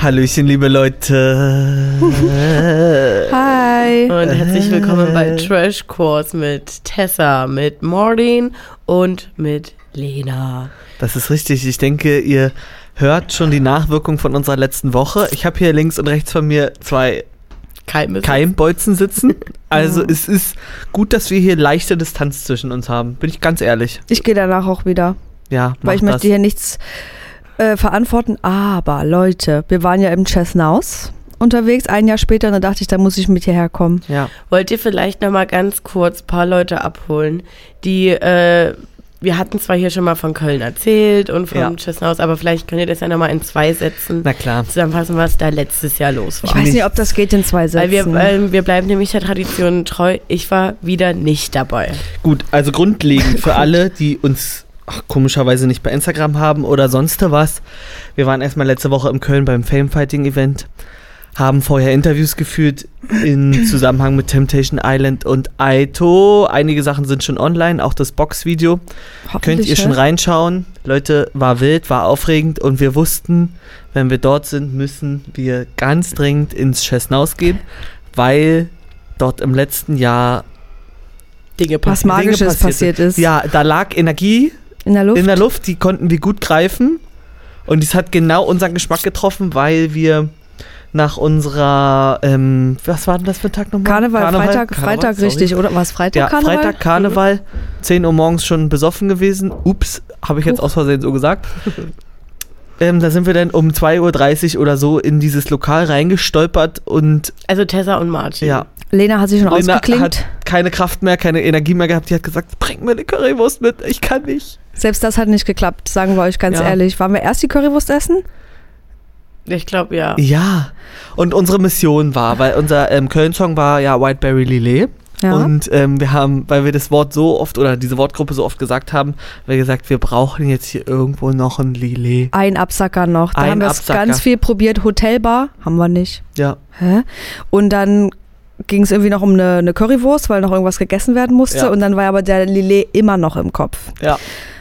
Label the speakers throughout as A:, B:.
A: Hallöchen, liebe Leute.
B: Hi. Und herzlich willkommen bei Trash Course mit Tessa, mit Mordin und mit Lena.
A: Das ist richtig. Ich denke, ihr hört schon die Nachwirkung von unserer letzten Woche. Ich habe hier links und rechts von mir zwei
B: Keim ist
A: Keimbolzen sitzen. Also es ist gut, dass wir hier leichte Distanz zwischen uns haben. Bin ich ganz ehrlich.
C: Ich gehe danach auch wieder,
A: Ja, mach
C: weil ich möchte
A: das.
C: hier nichts äh, verantworten. Aber Leute, wir waren ja im Chesnaus unterwegs, ein Jahr später, und da dachte ich, da muss ich mit hierher kommen.
A: Ja.
B: Wollt ihr vielleicht noch mal ganz kurz ein paar Leute abholen, die äh, wir hatten zwar hier schon mal von Köln erzählt und vom
A: Ja.
B: Chesshaus, aber vielleicht könnt ihr das ja noch mal in zwei Sätzen
A: Na klar.
B: zusammenfassen, was da letztes Jahr los war.
C: Ich weiß
A: Nicht.
C: nicht, ob das geht in zwei Sätzen.
B: Weil wir, ähm, wir bleiben nämlich der Tradition treu. Ich war wieder nicht dabei.
A: Gut, also grundlegend für alle, die uns ach, komischerweise nicht bei Instagram haben oder sonst was. Wir waren erstmal letzte Woche in Köln beim Famefighting-Event, haben vorher Interviews geführt in Zusammenhang mit Temptation Island und Aito. Einige Sachen sind schon online, auch das Box-Video. Könnt
C: Hoffentlich,
A: ihr schon
C: ne?
A: reinschauen. Leute, war wild, war aufregend und wir wussten, wenn wir dort sind, müssen wir ganz dringend ins Chesnaus gehen, weil dort im letzten Jahr
B: Dinge
C: Was
B: passen.
C: Magisches
A: Dinge passiert
C: passiert ist.
A: ja, da lag Energie
C: In der Luft.
A: in der Luft, die konnten wir gut greifen. Und es hat genau unseren Geschmack getroffen, weil wir nach unserer, ähm, was war denn das für ein Tag nochmal?
C: Karneval, Freitag, Freitag
A: sorry.
C: richtig, oder? War es Freitag
A: Ja,
C: Karneval?
A: Freitag Karneval, 10 Uhr morgens schon besoffen gewesen. Ups, habe ich jetzt aus Versehen so gesagt. Ähm, da sind wir dann um 2.30 Uhr oder so in dieses Lokal reingestolpert und
B: Also Tessa und Martin.
A: ja,
C: Lena hat sich schon
A: Linda
C: ausgeklinkt.
A: hat keine Kraft mehr, keine Energie mehr gehabt. Die hat gesagt, bring mir eine Currywurst mit, ich kann nicht.
C: Selbst das hat nicht geklappt, sagen wir euch ganz
A: Ja.
C: ehrlich. Waren wir erst die Currywurst essen?
B: Ich glaube ja.
A: Ja, und unsere Mission war, weil unser ähm, Köln-Song war ja Whiteberry Lillet.
C: Ja.
A: Und ähm, wir haben, weil wir das Wort so oft oder diese Wortgruppe so oft gesagt haben, haben wir gesagt, wir brauchen jetzt hier irgendwo noch ein Lillet.
C: Ein Absacker noch. Da
A: Ein
C: haben wir
A: Absacker.
C: ganz viel probiert. Hotelbar haben wir nicht.
A: Ja.
C: Hä? Und dann ging es irgendwie noch um eine, eine Currywurst, weil noch irgendwas gegessen werden musste.
A: Ja.
C: Und dann war aber der Lillet immer noch im Kopf.
A: Ja.
C: Und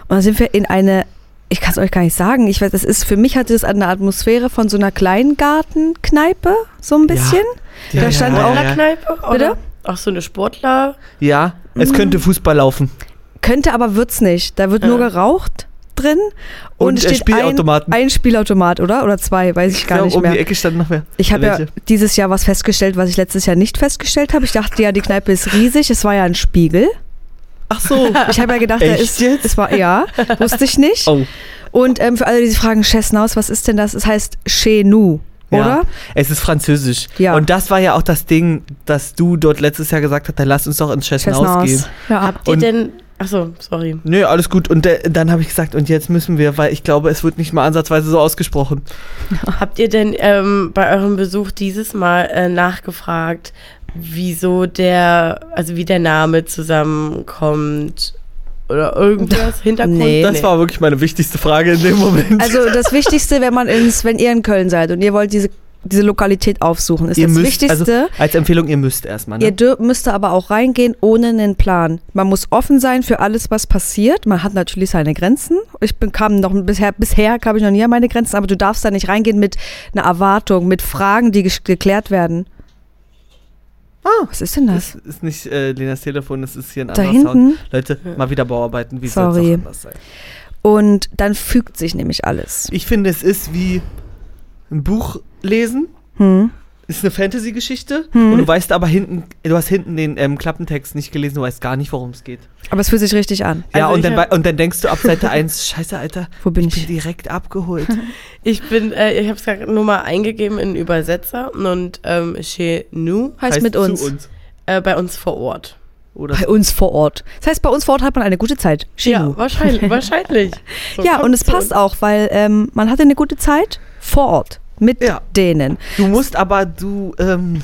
C: dann sind wir in eine, ich kann es euch gar nicht sagen, ich weiß, das ist, für mich hatte es eine Atmosphäre von so einer Kleingartenkneipe, so ein bisschen.
A: Ja,
C: Da
B: Ah,
C: stand
A: ja,
C: auch-
A: Ja,
B: Sportlerkneipe? Oder?
C: Bitte?
B: Auch so eine Sportler.
A: ja. es
C: Mhm.
A: könnte Fußball laufen.
C: Könnte aber wird's nicht. Da wird nur
B: Ja.
C: geraucht drin. Und,
A: Und,
C: es
A: äh,
C: steht ein,
A: Spielautomaten.
C: ein Spielautomat, oder? Oder zwei, weiß ich, gar
A: glaube,
C: nicht
A: um
C: mehr.
A: die Ecke stand noch mehr.
C: Ich habe ja
A: Welche?
C: dieses Jahr was festgestellt, was ich letztes Jahr nicht festgestellt habe. Ich dachte ja, die Kneipe ist riesig. Es war ja ein Spiegel.
A: Ach so.
C: Ich habe ja gedacht,
A: Echt
C: er ist.
A: jetzt?
C: Es war, ja, wusste ich nicht.
A: Oh.
C: Und ähm, für alle, die sich fragen, Chesnaus, was ist denn das? Es heißt Chez nous,
A: Ja,
C: oder?
A: es ist französisch.
C: Ja.
A: Und das war ja auch das Ding, dass du dort letztes Jahr gesagt hast, dann lass uns doch ins Chesnaus gehen.
C: Chesnaus. Ja.
B: Habt ihr
A: Und-
B: denn. Achso, sorry.
A: Nö, alles gut. Und äh, dann habe ich gesagt, und jetzt müssen wir, weil ich glaube, es wird nicht mal ansatzweise so ausgesprochen.
B: Habt ihr denn ähm, bei eurem Besuch dieses Mal äh, nachgefragt, wieso der, also wie der Name zusammenkommt? Oder irgendwas? Hintergrund?
C: Nee.
A: das war wirklich meine wichtigste Frage in dem Moment.
C: Also das Wichtigste, wenn man ins, wenn ihr in Köln seid und ihr wollt diese, diese Lokalität aufsuchen, ist
A: ihr
C: das
A: müsst,
C: Wichtigste.
A: Also, als Empfehlung, ihr müsst erstmal.
C: Ihr
A: Ne?
C: dür müsst aber auch reingehen ohne einen Plan. Man muss offen sein für alles, was passiert. Man hat natürlich seine Grenzen. Ich bin, kam noch bisher, bisher kam ich noch nie an meine Grenzen, aber du darfst da nicht reingehen mit einer Erwartung, mit Fragen, die gesch- geklärt werden.
A: Ah,
C: Was ist denn das?
A: das ist nicht äh, Lenas Telefon, das ist hier ein
C: Da
A: anderer Sound.
C: hinten.
A: Leute, mal wieder Bauarbeiten, wie soll es
C: Sorry.
A: auch anders sein?
C: Und dann fügt sich nämlich alles.
A: Ich finde, es ist wie ein Buch lesen.
C: Hm.
A: Ist eine Fantasy-Geschichte. Und du weißt aber hinten, du hast hinten den ähm, Klappentext nicht gelesen, du weißt gar nicht, worum es geht.
C: Aber es fühlt sich richtig an.
A: Ja,
B: Also
A: und
B: ich
A: dann,
B: hab-
A: wei- und dann denkst du ab Seite 1, scheiße, Alter,
C: Wo bin
A: ich bin
C: ich?
A: direkt abgeholt.
B: Ich bin, äh, ich habe es gerade nur mal eingegeben in den Übersetzer und ähm, chez nous
C: Heißt, mit
A: zu
C: uns.
B: äh, bei uns vor Ort.
A: Oder
C: Bei uns vor Ort. Das heißt, bei uns vor Ort hat man eine gute Zeit.
B: Ja,
C: Chinu.
B: wahrscheinlich. wahrscheinlich. So
C: Ja, und
B: kommt's
C: es
B: zu
C: passt
B: uns.
C: auch, weil ähm, man hatte eine gute Zeit vor Ort mit
A: Ja.
C: denen.
A: Du musst aber, du, ähm,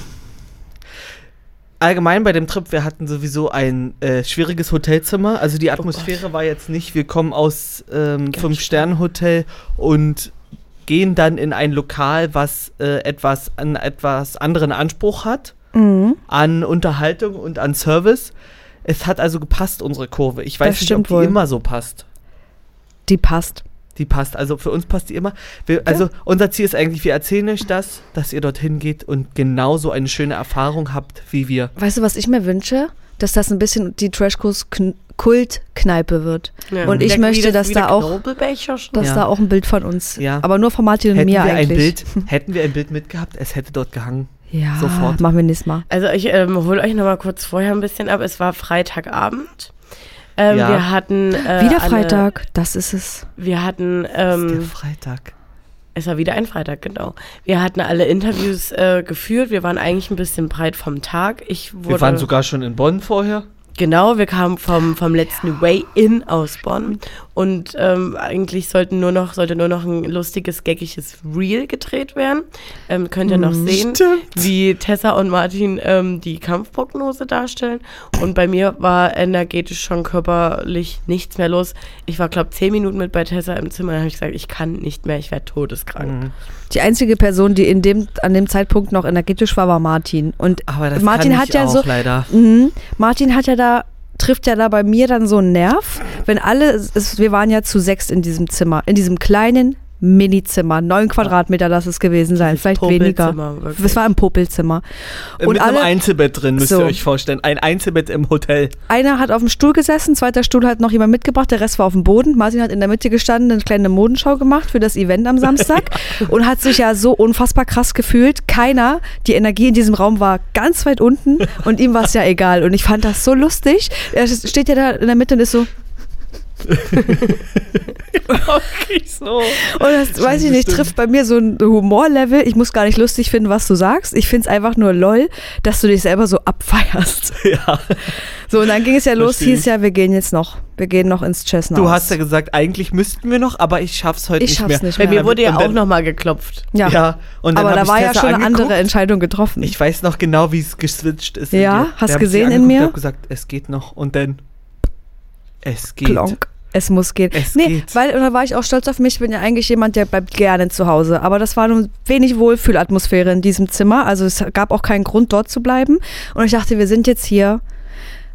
A: allgemein bei dem Trip, wir hatten sowieso ein äh, schwieriges Hotelzimmer. Also
C: Oh
A: die Atmosphäre war jetzt nicht, wir kommen aus ähm, Fünf-Sterne-Hotel und gehen dann in ein Lokal, was äh, etwas, einen etwas anderen Anspruch hat
C: Mhm.
A: an Unterhaltung und an Service. Es hat also gepasst, unsere Kurve. Ich weiß
C: Das
A: nicht, ob
C: stimmt
A: die
C: wohl.
A: immer so passt.
C: Die passt.
A: Die passt. Also für uns passt die immer. Wir, also unser Ziel ist eigentlich, wir erzählen euch das, dass ihr dorthin geht und genauso eine schöne Erfahrung habt wie wir.
C: Weißt du, was ich mir wünsche? Dass das ein bisschen die Trash-Kultkneipe wird.
B: Ja.
C: Und ich
B: Wie
C: möchte,
B: das-
C: dass
B: wie
C: da
B: der
C: auch,
B: Knobelbecher schon.
C: dass
A: Ja.
C: da auch ein Bild von uns.
A: Ja.
C: Aber nur von Martin und
A: Hätten
C: mir
A: wir, ein
C: eigentlich.
A: Bild, hätten wir ein Bild mitgehabt, es hätte dort gehangen.
C: Ja,
A: Sofort.
C: machen wir nächstes Mal.
B: Also ich ähm, hole euch nochmal kurz vorher ein bisschen ab. Es war Freitagabend. Ähm,
A: Ja.
B: Wir hatten äh,
C: Wieder
B: alle-
C: Freitag, das ist es.
B: Wir hatten
A: ist der
B: ähm,
A: Freitag.
B: Es war wieder ein Freitag, genau. Wir hatten alle Interviews äh, geführt. Wir waren eigentlich ein bisschen breit vom Tag. Ich wurde,
A: Wir waren sogar schon in Bonn vorher.
B: Genau, wir kamen vom, vom letzten Way-In aus Bonn. Und ähm, eigentlich sollten nur noch, sollte nur noch ein lustiges, gaggiges Reel gedreht werden. Ähm, könnt ihr noch
A: Mm,
B: sehen, wie Tessa und Martin ähm, die Kampfprognose darstellen. Und bei mir war energetisch schon körperlich nichts mehr los. Ich war, glaube ich, zehn Minuten mit bei Tessa im Zimmer. Dann habe ich gesagt, ich kann nicht mehr, ich werde todeskrank.
A: Mm.
C: Die einzige Person, die in dem, an dem Zeitpunkt noch energetisch war, war Martin. Und
A: Aber das
C: Martin
A: kann
C: hat
A: ich
C: ja
A: auch,
C: so,
A: leider.
C: Mhm. Martin hat ja da trifft ja da bei mir dann so einen Nerv, wenn alle, es- es, wir waren ja zu sechs in diesem Zimmer, in diesem kleinen Minizimmer, neun Quadratmeter lass es gewesen sein, vielleicht weniger.
B: Popelzimmer, wirklich.
C: Es war im Popelzimmer. Und
A: Äh, Mit einem
C: alle,
A: Einzelbett drin, müsst
C: So.
A: ihr euch vorstellen. Ein Einzelbett im Hotel.
C: einer hat auf dem Stuhl gesessen, zweiter Stuhl hat noch jemand mitgebracht, der Rest war auf dem Boden. Martin hat in der Mitte gestanden, eine kleine Modenschau gemacht für das Event am Samstag und hat sich ja so unfassbar krass gefühlt. Keiner, die Energie in diesem Raum war ganz weit unten und ihm war es ja egal. Und ich fand das so lustig. Er steht ja da in der Mitte und ist so,
A: Okay, so.
C: Und oh, das, weiß ich nicht,
A: bestimmt.
C: trifft bei mir so ein Humorlevel. Ich muss gar nicht lustig finden, was du sagst. Ich find's einfach nur lol, dass du dich selber so abfeierst.
A: Ja.
C: So, und dann ging es ja los,
A: Versteh
C: hieß
A: ich.
C: ja, wir gehen jetzt noch. Wir gehen noch ins Chestnut.
A: Du hast ja gesagt, eigentlich müssten wir noch, aber ich schaff's heute
C: Ich
A: nicht
C: schaff's
A: mehr.
C: nicht
B: Bei
C: mehr.
B: mir wurde ja
A: Und dann-
B: auch nochmal geklopft.
C: ja.
A: Ja, und dann
C: Aber
A: hab
C: da
A: ich
C: war ja
A: Tessa
C: schon eine
A: angeguckt.
C: andere Entscheidung getroffen.
A: Ich weiß noch genau, wie es geswitcht ist. in
C: Ja,
A: dir.
C: hast
A: Wir haben
C: gesehen
A: sie
C: in
A: angeguckt,
C: mir?
A: Ich habe gesagt, es geht noch. Und dann, es geht.
C: Klonk. Es muss gehen.
A: Es
C: nee,
A: geht.
C: weil, und da war ich auch stolz auf mich. Ich bin ja eigentlich jemand, der bleibt gerne zu Hause. Aber das war nun wenig Wohlfühlatmosphäre in diesem Zimmer. Also es gab auch keinen Grund, dort zu bleiben. Und ich dachte, wir sind jetzt hier.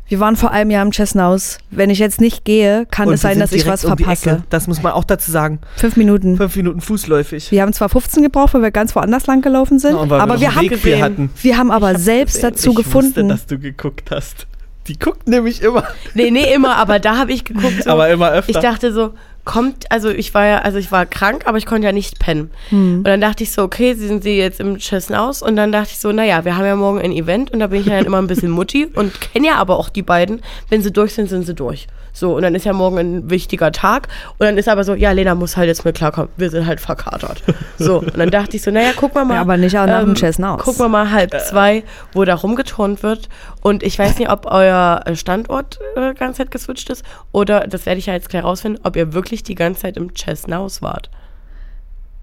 C: Wir waren vor einem Jahr im Chessnaus. Wenn ich jetzt nicht gehe, kann
A: Und
C: es
A: wir
C: sein,
A: sind
C: dass ich
A: direkt
C: was
A: um die
C: verpasse.
A: Ecke. Das muss man auch dazu sagen.
C: Fünf Minuten.
A: Fünf Minuten fußläufig.
C: Wir haben zwar 15 gebraucht, weil wir ganz woanders lang gelaufen sind.
A: Ja, und weil
C: aber
A: noch
C: wir
A: ein
C: haben,
A: Wegbier
B: gesehen.
A: hatten.
C: wir haben aber selbst dazu
A: ich Wusste,
C: gefunden.
A: dass du geguckt hast. Die guckt nämlich immer,
B: Nee, nee, immer, aber da habe ich geguckt. So,
A: aber immer öfter.
B: ich dachte so, kommt, also ich war ja, also ich war krank, aber ich konnte ja nicht pennen. Und dann dachte ich so, okay, sie sind sie jetzt im Chessen aus. Und dann dachte ich so, naja, wir haben ja morgen ein Event und da bin ich ja dann immer ein bisschen Mutti und kenne ja aber auch die beiden. Wenn sie durch sind, sind sie durch. So, und dann ist ja morgen ein wichtiger Tag. Und dann ist aber so, ja, Lena muss halt jetzt mit klarkommen. Wir sind halt verkatert. So, und dann dachte ich so, naja, gucken wir mal. ähm,
C: Ja, aber nicht auch nach dem Chessnaus.
B: Gucken wir mal
A: Äh.
B: halb zwei, wo da rumgeturnt wird. Und ich weiß nicht, ob euer äh, Standort äh, ganze Zeit geswitcht ist oder, das werde ich ja jetzt gleich rausfinden, ob ihr wirklich die ganze Zeit im Chessnaus wart.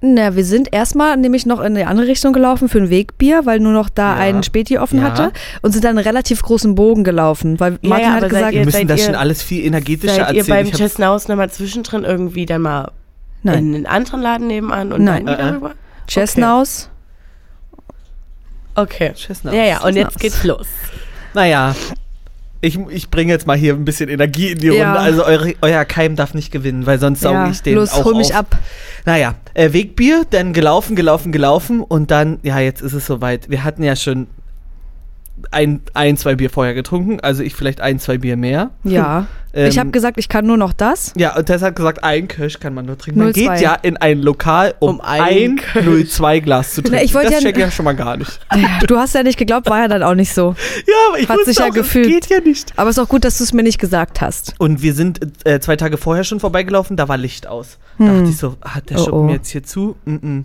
C: Na, wir sind erstmal nämlich noch in die andere Richtung gelaufen für ein Wegbier, weil nur noch da
A: Ja.
C: ein Späti offen
A: Ja.
C: hatte und sind dann einen relativ großen Bogen gelaufen, weil
B: Ja,
C: Martin
B: ja,
C: hat
B: aber seid
C: gesagt,
A: wir
B: ihr-
A: müssen
B: seid
A: das
B: ihr-
A: schon alles viel energetischer
B: Seid ihr
A: erzählen.
B: beim
A: ich hab's-
B: Chessnaus nochmal zwischendrin irgendwie dann mal
C: nein,
B: in einen anderen Laden nebenan und
C: Nein.
B: dann wieder
A: Äh, äh.
B: rüber?
C: Chessnaus,
B: Okay.
A: Chessnaus.
B: Ja, ja, und
C: Chessnaus.
B: jetzt geht's los.
A: Naja, ich, ich bringe jetzt mal hier ein bisschen Energie in die Runde.
C: Ja.
A: Also eure, euer Keim darf nicht gewinnen, weil sonst sauge
C: ja,
A: ich den
C: los,
A: auch
C: hol mich
A: auf.
C: ab.
A: Naja, äh, Wegbier, dann gelaufen, gelaufen, gelaufen und dann, ja, jetzt ist es soweit. Wir hatten ja schon ein, ein zwei Bier vorher getrunken, also ich vielleicht ein, zwei Bier mehr.
C: Ja,
A: Ähm,
C: ich habe gesagt, ich kann nur noch das.
A: Ja, und Tess hat gesagt, ein Kirsch kann man nur trinken. Man
C: 02.
A: geht ja in ein Lokal, um,
B: Um
A: ein
B: ein
A: 02-Glas zu trinken.
C: ich wollte
A: das
C: ja-
A: check ich ja schon mal gar nicht.
C: Du hast ja nicht geglaubt, war ja dann auch nicht so.
A: Ja, aber ich
C: Hat
A: wusste
C: sich ja
A: auch,
C: gefühlt.
A: Es geht ja nicht.
C: Aber es ist auch gut, dass du es mir nicht gesagt hast.
A: Und wir sind äh, zwei Tage vorher schon vorbeigelaufen, da war Licht aus. Dachte ich so, hat der
C: Oh,
A: Schuppen
C: oh.
A: jetzt hier zu? Mm -mm.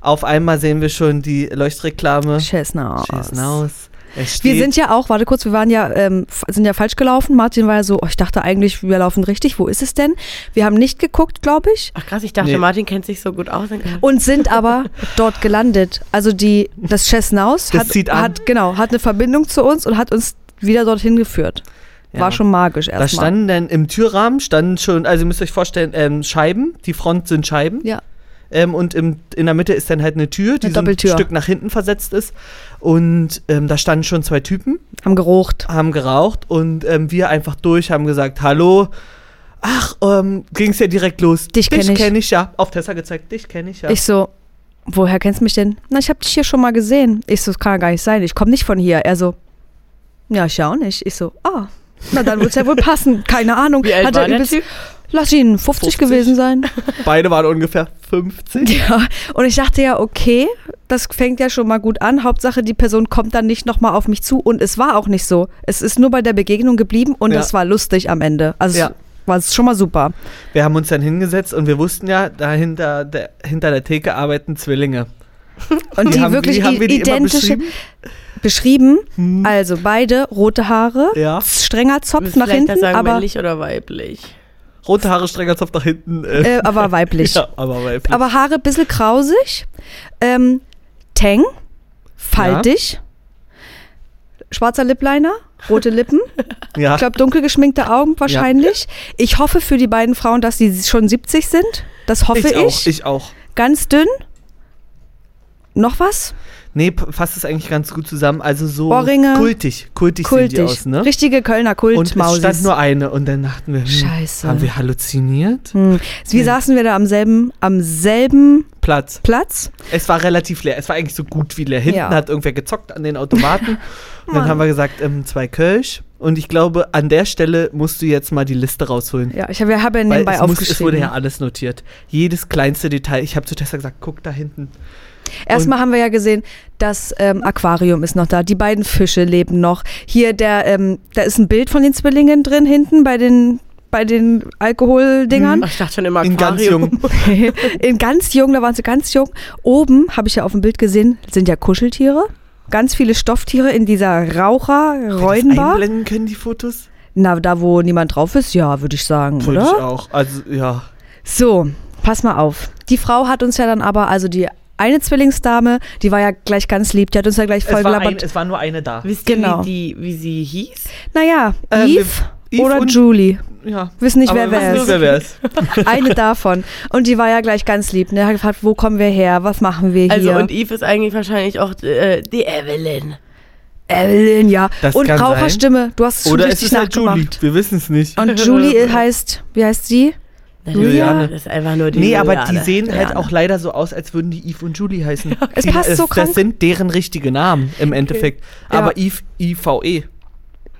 A: Auf einmal sehen wir schon die Leuchtreklame.
C: Chessnaus.
A: Chessnaus. Es
C: Ah, Wir
A: steht-
C: sind ja auch, warte kurz, wir waren ja, ähm, f- sind ja falsch gelaufen. Martin war ja so, oh, ich dachte eigentlich, wir laufen richtig, wo ist es denn? Wir haben nicht geguckt, glaube ich.
B: Ach krass, ich dachte,
A: Nee.
B: Martin kennt sich so gut aus.
C: und sind aber dort gelandet. Also die, das Chessnaus
A: Das
C: hat,
A: zieht an.
C: hat, genau, hat eine Verbindung zu uns und hat uns wieder dorthin geführt.
A: Ja.
C: War schon magisch
A: Da
C: erstmal.
A: standen dann im Türrahmen, standen schon, also ihr müsst euch vorstellen, ähm, Scheiben, die Front sind Scheiben.
C: Ja.
A: Ähm, und im, in der Mitte ist dann halt eine Tür, die
C: Eine
A: so ein
C: Doppeltür.
A: Stück nach hinten versetzt ist. Und ähm, da standen schon zwei Typen,
C: Haben gerucht.
A: haben geraucht und ähm, wir einfach durch, haben gesagt, hallo, ach, ähm, ging es ja direkt los.
C: Dich kenn ich.
A: kenn ich ja. Auf Tessa gezeigt, dich kenne ich ja.
C: Ich so, woher kennst du mich denn? Na, ich habe dich hier schon mal gesehen. Ich so, das kann ja gar nicht sein. Ich komme nicht von hier. Er so, ja, ich ja auch nicht. Ich so, ah, na dann wird's ja wohl passen. Keine Ahnung.
B: Wie alt
C: Hat
B: war
C: er
B: der
C: übelst- Lass ihn
A: 50?
C: 50, gewesen sein.
A: Beide waren ungefähr 50.
C: Ja, und ich dachte ja, okay, das fängt ja schon mal gut an. Hauptsache, die Person kommt dann nicht nochmal auf mich zu. Und es war auch nicht so. Es ist nur bei der Begegnung geblieben und
A: Ja.
C: das war lustig am Ende. Also
A: Ja.
C: es war es schon mal super.
A: Wir haben uns dann hingesetzt und wir wussten ja, dahinter der, hinter der Theke arbeiten Zwillinge.
C: Und die,
A: haben-
C: wirklich
A: wie haben wir die immer
C: identische.
A: beschrieben? Hm.
C: Beschrieben, also beide rote Haare,
A: Ja.
C: strenger Zopf
B: Müssen
C: nach
B: vielleicht da
C: hinten,
B: sagen,
C: aber,
B: männlich oder weiblich.
A: Rote Haare, strenger Zopf nach hinten. Äh,
C: äh, aber weiblich.
A: Ja, aber weiblich.
C: Aber Haare ein bisschen krausig, ähm, Tang, faltig, schwarzer Lipliner, rote Lippen,
A: ja.
C: ich glaube dunkel geschminkte Augen wahrscheinlich. Ich hoffe für die beiden Frauen, dass sie schon 70 sind. Das hoffe ich.
A: ich auch. Ich auch.
C: Ganz dünn. Noch was?
A: Nee, p- fasst es eigentlich ganz gut zusammen. Also so
C: Ohrringe.
A: kultig. Kultig, sehen
C: Kultig.
A: die aus, ne?
C: Richtige Kölner
A: Und es stand
C: Kultmausis.
A: nur eine und dann dachten wir, hm,
C: Scheiße.
A: haben wir halluziniert?
C: Hm. Wie saßen wir da am selben, am selben
A: Platz.
C: Platz?
A: Es war relativ leer. Es war eigentlich so gut wie leer. Hinten
C: Ja.
A: hat irgendwer gezockt an den Automaten. und dann
C: Mann.
A: haben wir gesagt, ähm, zwei Kölsch. Und ich glaube, an der Stelle musst du jetzt mal die Liste rausholen.
C: Ja, ich habe hab ja
A: Weil
C: nebenbei
A: es, muss, es wurde
C: aufgeschrieben.
A: ja alles notiert. Jedes kleinste Detail. Ich habe zu Tessa gesagt, guck da hinten.
C: Erstmal haben wir ja gesehen, das ähm, Aquarium ist noch da, die beiden Fische leben noch. Hier der, ähm, da ist ein Bild von den Zwillingen drin hinten bei den bei den Alkoholdingern.
B: Ach, ich dachte schon immer
A: In ganz
B: Aquarium.
A: jung.
C: In ganz jung, da waren sie ganz jung. Oben, habe ich ja auf dem Bild gesehen, sind ja Kuscheltiere. Ganz viele Stofftiere in dieser Raucher-Reudenbar.
A: Einblenden können die Fotos?
C: Na, da wo niemand drauf ist, ja, würde ich sagen,
A: Würde ich
C: oder?
A: auch. Also, ja.
C: So, pass mal auf. Die Frau hat uns ja dann aber, also die eine Zwillingsdame, die war ja gleich ganz lieb, die hat uns ja gleich voll
A: Es war, ein,
C: gelabert.
A: es war nur eine da.
B: Wisst
C: Genau.
B: ihr, wie, die, wie sie hieß?
C: Naja,
A: Äh, wir-
C: Eve,
A: Eve
C: oder
A: und-
C: Julie.
A: Ja.
C: Wissen nicht,
A: Aber
C: wer
A: wir
C: wer
A: wissen
C: ist.
A: nur, wer wer ist.
C: Eine davon. Und die war ja gleich ganz lieb. Ne? Hat gefragt, wo kommen wir her? Was machen wir hier?
B: Also und Eve ist eigentlich wahrscheinlich auch äh, die Evelyn.
C: Evelyn, ja.
A: Das
C: und
A: kann sein.
C: Raucherstimme. Du hast es schon
A: Oder es
C: richtig
A: ist halt Julie.
C: nachgemacht.
A: Wir wissen es nicht.
C: Und Julie heißt, wie heißt sie?
B: Na,
A: Juliane.
B: Das ist einfach nur die
A: Nee, aber die
B: Juliane.
A: sehen halt
B: Juliane.
A: auch leider so aus, als würden die Eve und Julie heißen.
C: Es
A: die,
C: passt so krank.
A: Das sind deren richtige Namen im Endeffekt.
C: Ja. E.
A: Aber Eve, IVE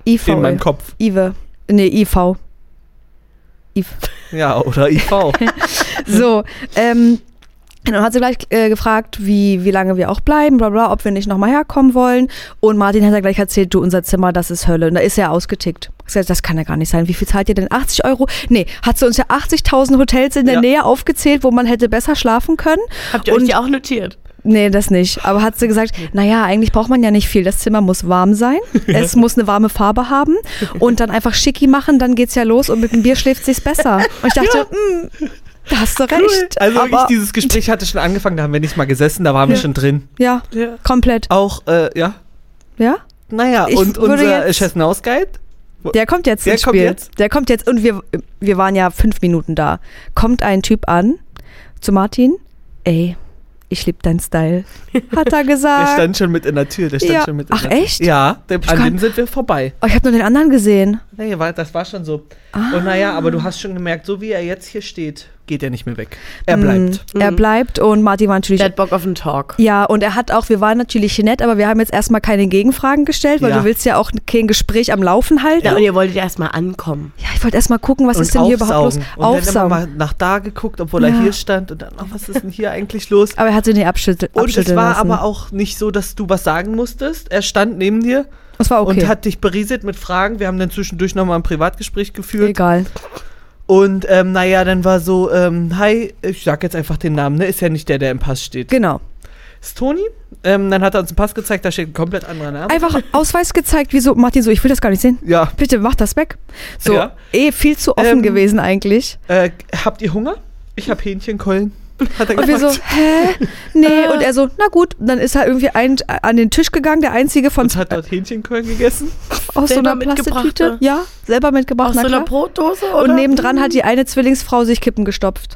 C: IV.
A: E, in meinem Kopf.
C: Ive. Nee, IV. Eve.
A: Ja, oder IV.
C: So, ähm, und dann hat sie gleich äh, gefragt, wie, wie lange wir auch bleiben, bla bla, ob wir nicht nochmal herkommen wollen. Und Martin hat ja gleich erzählt, du, unser Zimmer, das ist Hölle. Und da ist er ausgetickt. Ich sag, das kann ja gar nicht sein. Wie viel zahlt ihr denn? 80 Euro? Nee, hat sie uns ja 80.000 Hotels in der
A: Ja.
C: Nähe aufgezählt, wo man hätte besser schlafen können.
B: Habt ihr euch
C: und-
B: die auch notiert?
C: Nee, das nicht. Aber hat sie gesagt, naja, eigentlich braucht man ja nicht viel. Das Zimmer muss warm sein. Es muss eine warme Farbe haben. Und dann einfach schicki machen, dann geht's ja los und mit dem Bier schläft sich's besser. Und ich dachte, hm, da hast du recht.
A: Also
C: Aber,
A: wirklich, dieses Gespräch hatte schon angefangen, da haben wir nicht mal gesessen, da waren wir
C: Ja.
A: schon drin.
C: ja,
B: Ja.
C: komplett.
A: Auch, äh, ja.
C: Ja?
A: Naja,
C: Ich
A: und
C: würde
A: unser
C: jetzt-
A: Chess House Guide.
C: Der kommt jetzt
A: Der
C: ins
A: kommt
C: Spiel.
A: jetzt?
C: Der kommt jetzt. Und wir, wir waren ja fünf Minuten da. Kommt ein Typ an zu Martin. Ey, ich lieb deinen Style. Hat
A: Der
C: er gesagt.
A: stand schon mit in der Tür. Der stand
C: Ja.
A: schon mit in
C: Ach
A: der
C: echt?
A: Ja, dem, an
C: kann-
A: dem sind wir vorbei.
C: Oh, ich habe nur den anderen gesehen.
A: Nee, war, das war schon so. Und naja, aber
C: Ah.
A: du hast schon gemerkt, so wie er jetzt hier steht, geht er nicht mehr weg. Er
C: Hm.
A: bleibt. Mhm.
C: Er bleibt und Martin war natürlich
B: Der hat Bock auf einen Talk.
C: Ja, und er hat auch, wir waren natürlich nett, aber wir haben jetzt erstmal keine Gegenfragen gestellt, weil
A: Ja.
C: du willst ja auch kein Gespräch am Laufen halten.
B: Ja,
C: Ja,
B: und ihr wolltet erstmal ankommen.
C: ich wollte erstmal gucken, was
A: und
C: ist denn hier überhaupt los?
A: aufsaugen. Und dann
C: Aufsaugen.
A: immer mal nach da geguckt, obwohl
C: Ja.
A: er hier stand und dann, oh, was ist denn hier eigentlich los?
C: Aber er hat sie nicht abschüttel,
A: Und es
C: abschütteln
A: war
C: lassen.
A: aber auch nicht so, dass du was sagen musstest. Er stand neben dir
C: es war okay.
A: und hat dich berieselt mit Fragen. Wir haben dann zwischendurch nochmal ein Privatgespräch geführt.
C: Egal.
A: Und ähm, naja, dann war so, ähm, hi, ich sag jetzt einfach den Namen, ne? Ist ja nicht der, der im Pass steht.
C: Genau.
A: Ist Toni. Ähm, dann hat er uns einen Pass gezeigt, da steht ein komplett anderer Name.
C: Einfach Ausweis gezeigt, wieso Martin so, ich will das gar nicht sehen.
A: Ja.
C: Bitte mach das weg. So,
A: Ja.
C: eh viel zu offen
A: Ähm,
C: gewesen eigentlich.
A: Äh, habt ihr Hunger? Ich hab Hähnchenkeulen. Hat er
C: Und wir so,
A: gefragt.
C: hä? Nee. Und er so, na gut. Und dann ist er irgendwie ein, an den Tisch gegangen, der einzige von
A: Und hat dort Hähnchenkeulen gegessen.
C: aus so
B: Selber
C: einer Plastiktüte.
A: ne?
B: mitgebrachte.
C: Ja, selber mitgebracht.
B: Aus
C: na
B: so einer
C: klar.
B: Brotdose? Oder?
C: Und nebendran hat die eine Zwillingsfrau sich Kippen gestopft.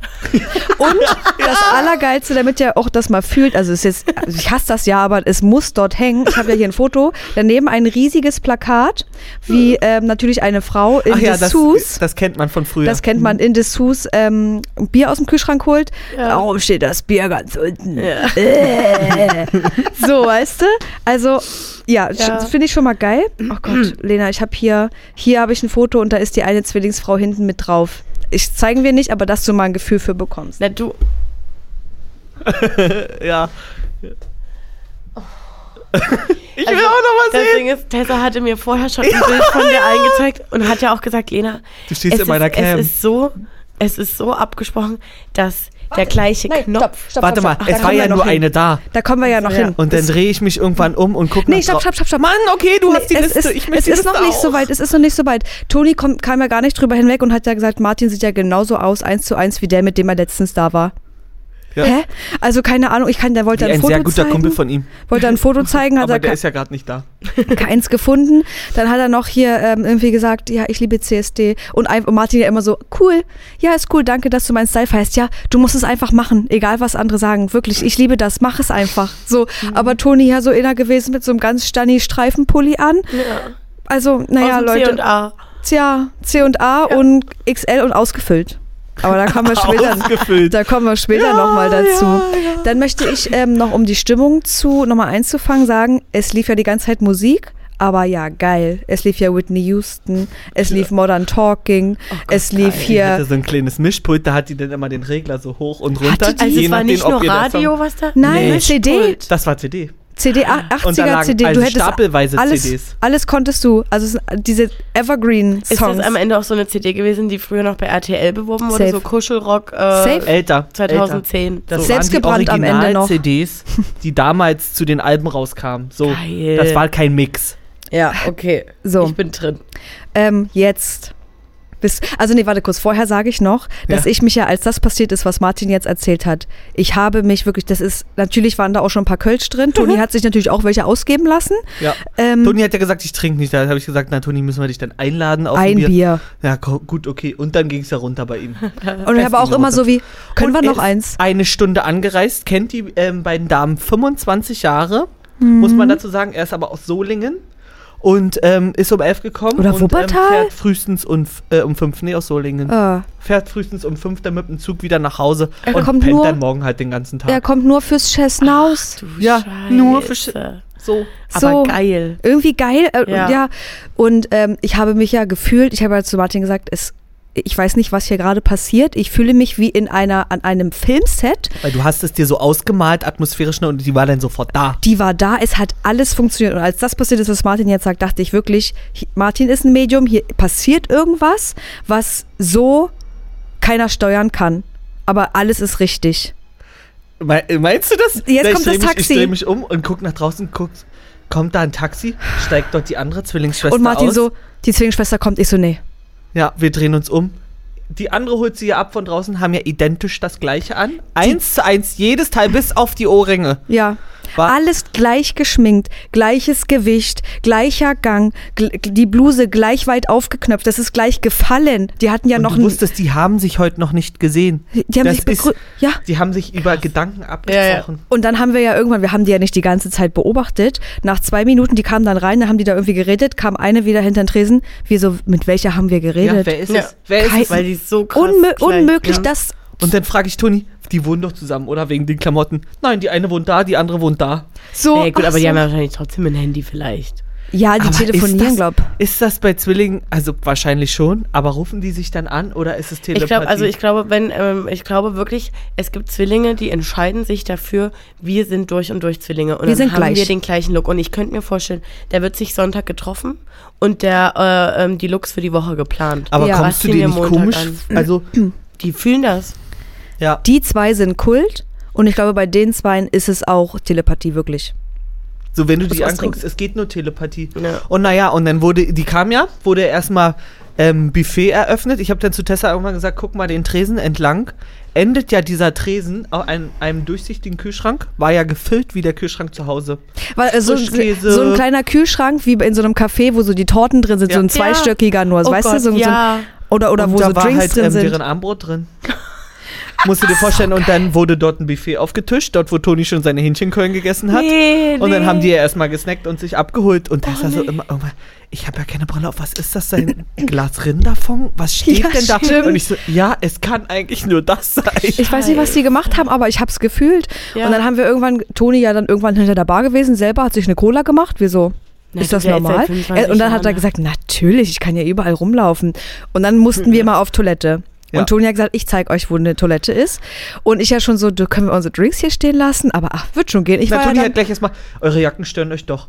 C: Und das Allergeilste, damit ihr auch das mal fühlt, also es ist jetzt, also ich hasse das ja, aber es muss dort hängen. Ich habe ja hier ein Foto. Daneben ein riesiges Plakat, wie ähm, natürlich eine Frau in
A: Hm. Ach ja, das,
C: Dessous. Das,
A: das kennt man von früher.
C: kennt man in Dessous, ähm, ein Bier aus dem Kühlschrank holt.
B: Ja.
C: Warum steht das Bier ganz unten? Äh. so, weißt du? Also, ja,
B: Ja.
C: sch- finde ich schon mal geil. Oh Gott, Lena, ich habe hier, hier habe ich ein Foto und da ist die eine Zwillingsfrau hinten mit drauf. Ich zeigen wir nicht, aber dass du mal ein Gefühl für bekommst.
B: Na du,
A: ja.
C: Oh.
A: ich will
C: Also,
A: auch noch mal
B: also, das
A: sehen.
B: Ding ist, Tessa hatte mir vorher schon ein Bild von dir eingezeigt und hat ja auch gesagt, Lena,
A: Du stehst in meiner
B: ist,
A: Cam.
B: es ist so, es ist so abgesprochen, dass der gleiche Knopf.
A: Warte mal,
C: stopp.
A: es
C: da
A: war
C: kommen
A: ja
C: wir noch
A: nur
C: hin.
A: eine da.
C: Da kommen wir ja noch
B: Ja.
C: hin.
A: Und dann drehe ich mich irgendwann um und gucke
C: Nee,
A: nach
C: stopp,
A: drau-
C: stopp, stopp, stopp.
A: Mann, okay, du hast die
C: es
A: Liste.
C: Ist,
A: ich möchte
C: es
A: die
C: ist
A: Liste
C: noch nicht
A: auch.
C: so weit, es ist noch nicht so weit. Toni kommt, kam ja gar nicht drüber hinweg und hat ja gesagt, Martin sieht ja genauso aus, eins zu eins, wie der, mit dem er letztens da war.
A: Ja.
C: Hä? Also keine Ahnung, ich kann, der wollte
A: Wie ein
C: Foto
A: sehr guter
C: zeigen.
A: Kumpel von ihm.
C: wollte ein Foto zeigen, hat
A: Aber
C: er
A: der
C: ke
A: ist ja gerade nicht da.
C: keins gefunden. Dann hat er noch hier ähm, irgendwie gesagt, ja, ich liebe CSD. Und ein- und Martin ja immer so, cool, ja, ist cool, danke, dass du meinen Style feierst. Ja, du musst es einfach machen, egal was andere sagen. Wirklich, ich liebe das, mach es einfach. So,
A: Mhm.
C: aber Toni ja so inner gewesen mit so einem ganz stanni Streifenpulli an.
B: Ja.
C: Also, naja,
B: Aus dem C
C: Leute,
B: und A.
C: Tja, C und A und XL und ausgefüllt. Aber da kommen wir später.
A: Ausgefüllt.
C: Da kommen wir später nochmal dazu. Dann möchte ich ähm, noch, um die Stimmung zu nochmal einzufangen, sagen, es lief ja die ganze Zeit Musik, aber ja, geil. Es lief ja Whitney Houston, es lief Modern Talking,
B: Oh
C: es lief
A: Die hatte
C: hier.
A: so ein kleines Mischpult, da hat die dann immer den Regler so hoch und runter.
C: Hatte die-
B: Also
A: je
B: es war
A: nachdem,
B: nicht
A: ob
B: nur
A: ihr das
B: Radio,
A: Song-
B: was da.
C: Nein, ne,
A: Nee.
C: CD.
A: Das war CD.
C: CD, a- 80er
A: Und da lagen
C: CD.
A: also
C: du hättest
A: stapelweise
C: alles,
A: CDs.
C: alles konntest du. Also es sind diese
B: Ist
C: Evergreen-Songs.
B: das am Ende auch so eine CD gewesen, die früher noch bei RTL beworben wurde?
C: Safe.
B: So Kuschelrock äh,
C: Safe.
A: Älter. Älter.
B: 2010.
A: Das
B: so.
C: Safe. Selbstgebrannt am Ende noch.
A: CDs, die damals zu den Alben rauskamen. So,
B: Geil.
A: das war kein Mix.
B: Ja, okay.
C: So.
B: Ich bin drin.
C: Ähm, jetzt. Bis, also nee, warte kurz. Vorher sage ich noch, dass
A: Ja.
C: ich mich ja, als das passiert ist, was Martin jetzt erzählt hat, ich habe mich wirklich, das ist, natürlich waren da auch schon ein paar Kölsch drin. Toni hat sich natürlich auch welche ausgeben lassen.
A: Ja.
C: Ähm,
A: Toni hat ja gesagt, ich trinke nicht. Da habe ich gesagt, na Toni, müssen wir dich dann einladen auf
C: ein Bier.
A: Ja, ko- gut, okay. Und dann ging es ja runter bei ihm.
C: Und ich habe auch
A: Rote.
C: immer so wie, können wir
A: Und
C: noch
A: ist
C: eins?
A: Eine Stunde angereist, kennt die ähm, beiden Damen 25 Jahre,
C: Mhm.
A: muss man dazu sagen. Er ist aber aus Solingen und ähm, ist um elf gekommen.
C: Oder
A: und,
C: Wuppertal?
A: fährt frühestens um, f- äh, um fünf, nee, aus Solingen.
C: Ah.
A: Fährt frühestens um fünf dann mit dem Zug wieder nach Hause
C: Er
A: und
C: kommt
A: pennt
C: nur-
A: dann morgen halt den ganzen Tag.
C: Er kommt nur fürs Chessnaus.
B: Du
A: Ja,
B: Scheiße.
A: nur für Sch- so.
C: So.
B: Aber geil.
C: Irgendwie geil. Äh, ja.
B: Ja.
C: Und ähm, ich habe mich ja gefühlt, ich habe ja zu Martin gesagt, es, ich weiß nicht, was hier gerade passiert. Ich fühle mich wie in einer, an einem Filmset.
A: Weil du hast es dir so ausgemalt, atmosphärisch, ne, und die war dann sofort da.
C: die war da, es hat alles funktioniert. Und als das passiert ist, was Martin jetzt sagt, dachte ich wirklich, hi- Martin ist ein Medium, hier passiert irgendwas, was so keiner steuern kann. Aber alles ist richtig.
A: Me meinst du das?
C: Jetzt
A: ich
C: kommt
A: dreh
C: das
A: mich,
C: Taxi.
A: Ich drehe mich um und guck nach draußen, guck, kommt da ein Taxi, steigt dort die andere Zwillingsschwester
C: Und Martin
A: aus.
C: so, die Zwillingsschwester kommt, ich so, nee.
A: Ja, wir drehen uns um. Die andere holt sie ja ab von draußen, haben ja identisch das gleiche an. Eins zu eins, jedes Teil bis auf die Ohrringe.
C: Ja.
A: War-
C: Alles gleich geschminkt, gleiches Gewicht, gleicher Gang, gl die Bluse gleich weit aufgeknöpft, das ist gleich gefallen. Die hatten ja
A: Und
C: noch
A: du
C: ein-
A: wusstest, die haben sich heute noch nicht gesehen.
C: Die haben
A: Das
C: sich
A: ist-
C: begrü- Ja.
A: Die haben sich über Gedanken abgesprochen.
C: Und dann haben wir ja irgendwann, wir haben die ja nicht die ganze Zeit beobachtet. Nach zwei Minuten, die kamen dann rein, dann haben die da irgendwie geredet, kam eine wieder hinter den Tresen. Wir so, mit welcher haben wir
A: Ja,
C: geredet?
A: wer ist
B: Ja.
A: es? Wer ist
C: Kein-
A: es?
B: Weil die so krass
C: Unmö
B: gleich- ne?
C: unmöglich,
B: ja.
C: das.
A: Und dann frage ich Toni, die wohnen doch zusammen, oder? Wegen den Klamotten. Nein, die eine wohnt da, die andere wohnt da.
C: So,
B: ja, gut,
C: ach
B: aber
C: so.
B: die haben ja wahrscheinlich trotzdem ein Handy vielleicht.
C: ja, die
A: Aber ist das,
C: telefonieren, glaub.
A: Ist das bei Zwillingen, also wahrscheinlich schon, aber rufen die sich dann an oder ist es Telepathie?
B: Ich glaube, also ich glaube, wenn, ähm, ich glaube wirklich, es gibt Zwillinge, die entscheiden sich dafür, wir sind durch und durch Zwillinge. Und
C: Wir
B: dann
C: sind
B: haben
C: gleich.
B: wir den gleichen Look. Und ich könnte mir vorstellen, der wird sich Sonntag getroffen und der äh, ähm, die Looks für die Woche geplant.
A: aber
C: Ja.
A: kommst du
B: Was
A: dir
B: ging
A: nicht
B: am Montag
A: komisch?
B: an?
A: Also,
B: die fühlen das.
A: ja.
C: Die zwei sind Kult und ich glaube, bei den zweien ist es auch Telepathie wirklich.
A: So, wenn du
C: Muss
A: die
C: austrinken.
A: anguckst, es geht nur Telepathie.
B: Ja.
A: Und naja, und dann wurde, die kam ja, wurde erstmal ähm, Buffet eröffnet. Ich habe dann zu Tessa irgendwann gesagt, guck mal den Tresen entlang. endet ja dieser Tresen auf einem, einem durchsichtigen Kühlschrank. War ja gefüllt wie der Kühlschrank zu Hause.
C: Weil äh, so,
A: Frischkäse.
C: so ein kleiner Kühlschrank wie in so einem Café, wo so die Torten drin sind,
A: Ja.
C: so ein zweistöckiger nur,
B: Oh
C: weißt du?
B: Gott,
C: So, ein- so ein,
B: ja.
C: oder oder
A: und
C: wo
A: da
C: so
A: war
C: Drinks
A: halt,
C: drin
A: ähm,
C: sind.
A: deren Armbrot drin. Musst du dir vorstellen, und dann wurde dort ein Buffet aufgetischt, dort wo Toni schon seine Hähnchenkeulen gegessen hat.
B: Nee,
A: Und dann
B: nee.
A: haben die ja erstmal gesnackt und sich abgeholt. Und da
C: Oh,
A: ist er so
B: nee.
A: immer, irgendwann, ich habe ja keine Brille auf, was ist das denn? Glas Rinderfond? Was steht
C: Ja,
A: denn da?
C: stimmt.
A: Und ich so, ja, es kann eigentlich nur das sein.
C: Ich weiß nicht, was die gemacht haben, aber ich hab's gefühlt.
B: Ja.
C: Und dann haben wir irgendwann, Toni ja dann irgendwann hinter der Bar gewesen, selber hat sich eine Cola gemacht. Wieso?
B: Na,
C: ist das
B: der ist seit
C: normal?
B: 25
C: Er- und dann hat er
B: Jahren. ne?
C: gesagt, natürlich, ich kann ja überall rumlaufen. Und dann mussten wir mal auf Toilette.
A: Ja.
C: Und Toni hat gesagt, ich zeig euch, wo eine Toilette ist. Und ich ja schon so, du, können wir unsere Drinks hier stehen lassen? Aber ach, wird schon gehen. Ich
A: Na,
C: war
A: Toni
C: ja
A: hat
C: dann,
A: gleich erstmal, eure Jacken stören euch doch.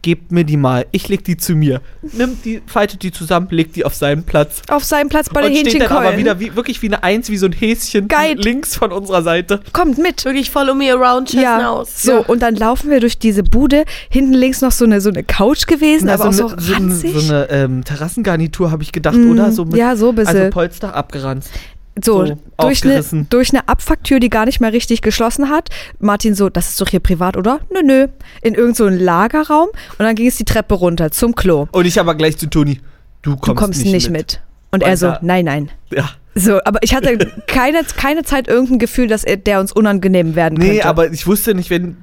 A: Gebt mir die mal, ich leg die zu mir. Nimmt die, faltet die zusammen, legt die auf seinen Platz.
C: auf seinem Platz bei den
A: und steht dann aber wieder
C: Hähnchenkeulen.
A: wie, wirklich wie eine Eins, wie so ein Häschen
C: Geil.
A: links von unserer Seite.
C: Kommt mit.
B: Wirklich um follow me around, Chess
C: Ja,
B: Naus.
C: so und dann laufen wir durch diese Bude. Hinten links noch so eine so eine Couch gewesen, aber
A: so,
C: auch
A: ne-
C: so
A: so, ne-
C: ranzig.
A: so eine ähm, Terrassengarnitur habe ich gedacht,
C: Mm,
A: oder? So mit,
C: ja, so ein bisschen.
A: Also Polster abgeranzt.
C: so,
A: so
C: durch, eine,
A: aufgerissen.
C: durch eine Abfahrtür, die gar nicht mehr richtig geschlossen hat. Martin so, das ist doch hier privat, oder? Nö, nö. In irgendeinen so einen Lagerraum und dann ging es die Treppe runter zum Klo.
A: Und ich aber gleich zu Toni, du kommst,
C: Du kommst nicht, mit. Und er
A: Weil
C: so,
A: da-
C: nein, nein.
A: Ja.
C: So, aber ich hatte keine, keine Zeit irgendein Gefühl, dass er, der uns unangenehm werden
A: Nee,
C: könnte.
A: aber ich wusste nicht, wenn,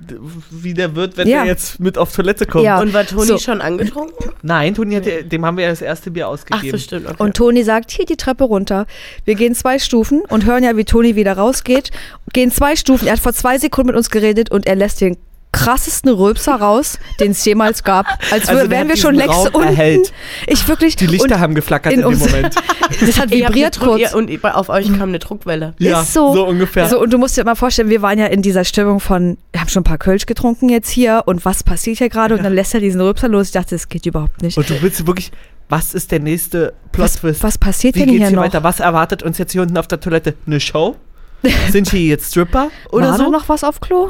A: wie der wird, wenn
C: Ja.
A: er jetzt mit auf Toilette kommt.
C: Ja.
B: Und war Toni
C: So.
B: schon angetrunken?
A: Nein, Toni hat, ja- dem haben wir ja das erste Bier
B: Ach
A: ausgegeben.
B: so, stimmt. Okay.
C: Und Toni sagt, hier die Treppe runter. Wir gehen zwei Stufen und hören ja, wie Toni wieder rausgeht. Gehen zwei Stufen. Er hat vor zwei Sekunden mit uns geredet und er lässt den krassesten Röpser raus, den es jemals gab.
A: Also
C: Als wär-
A: der
C: wären
A: hat
C: wir schon
A: diesen
C: Lex
A: Raum
C: unten.
A: erhellt.
C: Ich wirklich.
A: Die Lichter
C: und
A: haben geflackert
C: in
A: in, dem
C: uns-
A: Moment.
C: Das hat
B: Ihr habt
C: vibriert
B: eine Druck-
C: kurz.
B: ihr- Und ihr- auf euch kam eine Druckwelle.
A: Ja,
C: ist so.
A: so ungefähr.
C: So, und du musst dir mal vorstellen, wir waren ja in dieser Stimmung von, wir haben schon ein paar Kölsch getrunken jetzt hier und was passiert hier gerade? Und dann lässt er diesen Röpser los. Ich dachte, das geht überhaupt nicht.
A: Und du willst wirklich, was ist der nächste
C: Was,
A: Plot-Twist?
C: was passiert
A: Wie
C: denn
A: geht's
C: hier
A: hier
C: noch?
A: weiter? Was erwartet uns jetzt hier unten auf der Toilette? Eine Show? Sind hier jetzt Stripper oder
C: War
A: so?
C: da noch was auf Klo?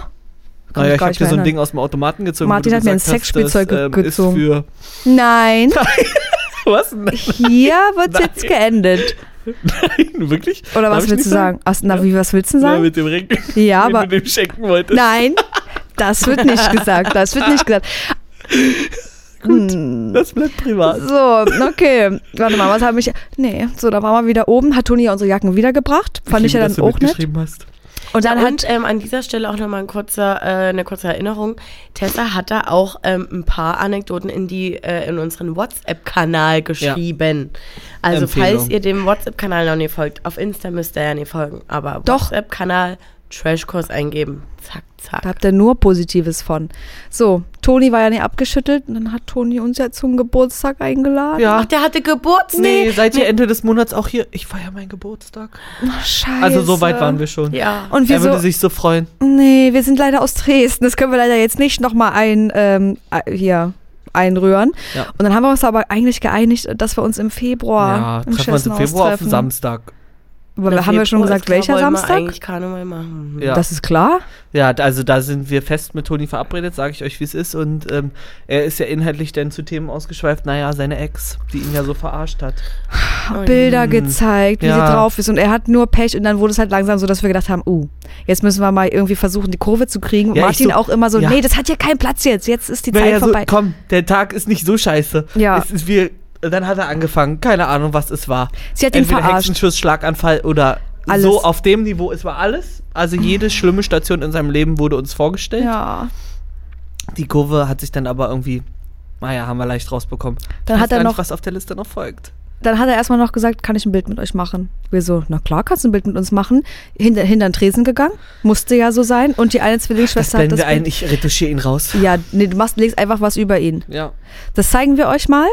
A: naja,
C: Kann mich
A: Ah ich
C: gar
A: hab
C: nicht
A: dir
C: mehr
A: so ein
C: erinnern.
A: Ding aus dem Automaten gezogen. wo
C: Martin
A: du
C: hat mir ein
A: gesagt hast,
C: Sexspielzeug
A: das, ähm,
C: gezogen.
A: Ist für,
C: Nein,
A: was? Nein,
C: hier wird's jetzt
A: Nein.
C: geendet.
A: wirklich?
C: Oder
A: Darf
C: was
A: ich
C: willst
A: nicht
C: du sagen? Ach, na, wie, was willst du
A: Na,
C: sagen?
A: mit dem Ring,
C: Ja,
A: den
C: aber
A: du dem schenken wolltest.
C: nein, das wird nicht gesagt. Das wird nicht gesagt.
A: Das bleibt privat.
C: So, okay. Warte mal, was habe ich. Nee, so, da waren wir wieder oben. Hat Toni ja unsere Jacken wiedergebracht. Fand ich
A: liebe,
C: ja
A: dass
C: dann
A: du
C: auch nett.
A: mitgeschrieben Hast.
C: Und dann hat.
B: und ähm, an dieser Stelle auch nochmal ein kurzer, äh, eine kurze Erinnerung. Tessa hat da auch ähm, ein paar Anekdoten in die äh, in unseren WhatsApp-Kanal geschrieben. Also
A: Empfehlung.
B: falls ihr dem WhatsApp-Kanal noch nicht folgt, auf Insta müsst ihr ja nicht folgen, aber
C: Doch.
B: WhatsApp-Kanal Trashkurs eingeben. Zack, zack.
C: Da habt ihr nur Positives von. So, Toni war ja nicht abgeschüttelt und dann hat Toni uns ja zum Geburtstag eingeladen.
A: Ja.
B: Ach, der hatte Geburtstag.
A: Nee, seid ihr Ende des Monats auch hier? Ich feiere meinen Geburtstag.
C: Ach, scheiße.
A: Also so weit waren wir schon.
B: Ja.
C: Und wir
A: Er würde
C: so,
A: sich so freuen.
C: Nee, wir sind leider aus Dresden. Das können wir leider jetzt nicht nochmal ein, ähm, äh, hier einrühren.
A: Ja.
C: Und dann haben wir uns aber eigentlich geeinigt, dass wir uns im Februar
A: ja,
C: im
A: treffen wir uns im
C: Schüssenhaus
A: Februar auf
C: treffen.
A: den Samstag.
C: Aber wir haben ja schon
B: Februar
C: gesagt,
B: ist klar,
C: welcher
B: wollen wir
C: Samstag?
B: eigentlich Karneval machen.
A: Ja.
C: Das ist klar.
A: Ja, also da sind wir fest mit Toni verabredet, sage ich euch, wie es ist. Und ähm, er ist ja inhaltlich dann zu Themen ausgeschweift, naja, seine Ex, die ihn ja so verarscht hat.
B: Oh,
C: Bilder gezeigt, wie sie
A: Mhm. Ja.
C: drauf ist. Und er hat nur Pech und dann wurde es halt langsam so, dass wir gedacht haben, uh, jetzt müssen wir mal irgendwie versuchen, die Kurve zu kriegen. Und
A: Ja, ich
C: Martin
A: so-
C: auch immer so,
A: ja.
C: nee, das hat hier keinen Platz jetzt. Jetzt ist die Zeit
A: Naja, so,
C: vorbei.
A: komm, der Tag ist nicht so scheiße.
C: Ja.
A: Es ist wie, dann hat er angefangen, keine Ahnung, was es war.
C: Sie hat ihn
A: Entweder
C: verarscht.
A: Hexenschuss, Schlaganfall oder
C: Alles.
A: so auf dem Niveau. Es war alles. Also jede schlimme Station in seinem Leben wurde uns vorgestellt.
C: ja.
A: Die Kurve hat sich dann aber irgendwie, naja, haben wir leicht rausbekommen.
C: Dann
A: Ich
C: hat
A: weiß
C: er
A: gar
C: noch-
A: nicht, was auf der Liste noch folgt.
C: dann hat er erstmal noch gesagt, kann ich ein Bild mit euch machen? Wir so, na klar, kannst du ein Bild mit uns machen. Hinter, hinter den Tresen gegangen, musste ja so sein. Und die eine
A: Das
C: Zwillingsschwester hat
A: blenden
C: das
A: wir ein,
C: Bild.
A: ich retuschiere ihn raus.
C: Ja, nee, du machst, legst einfach was über ihn.
A: Ja.
C: Das zeigen wir euch mal.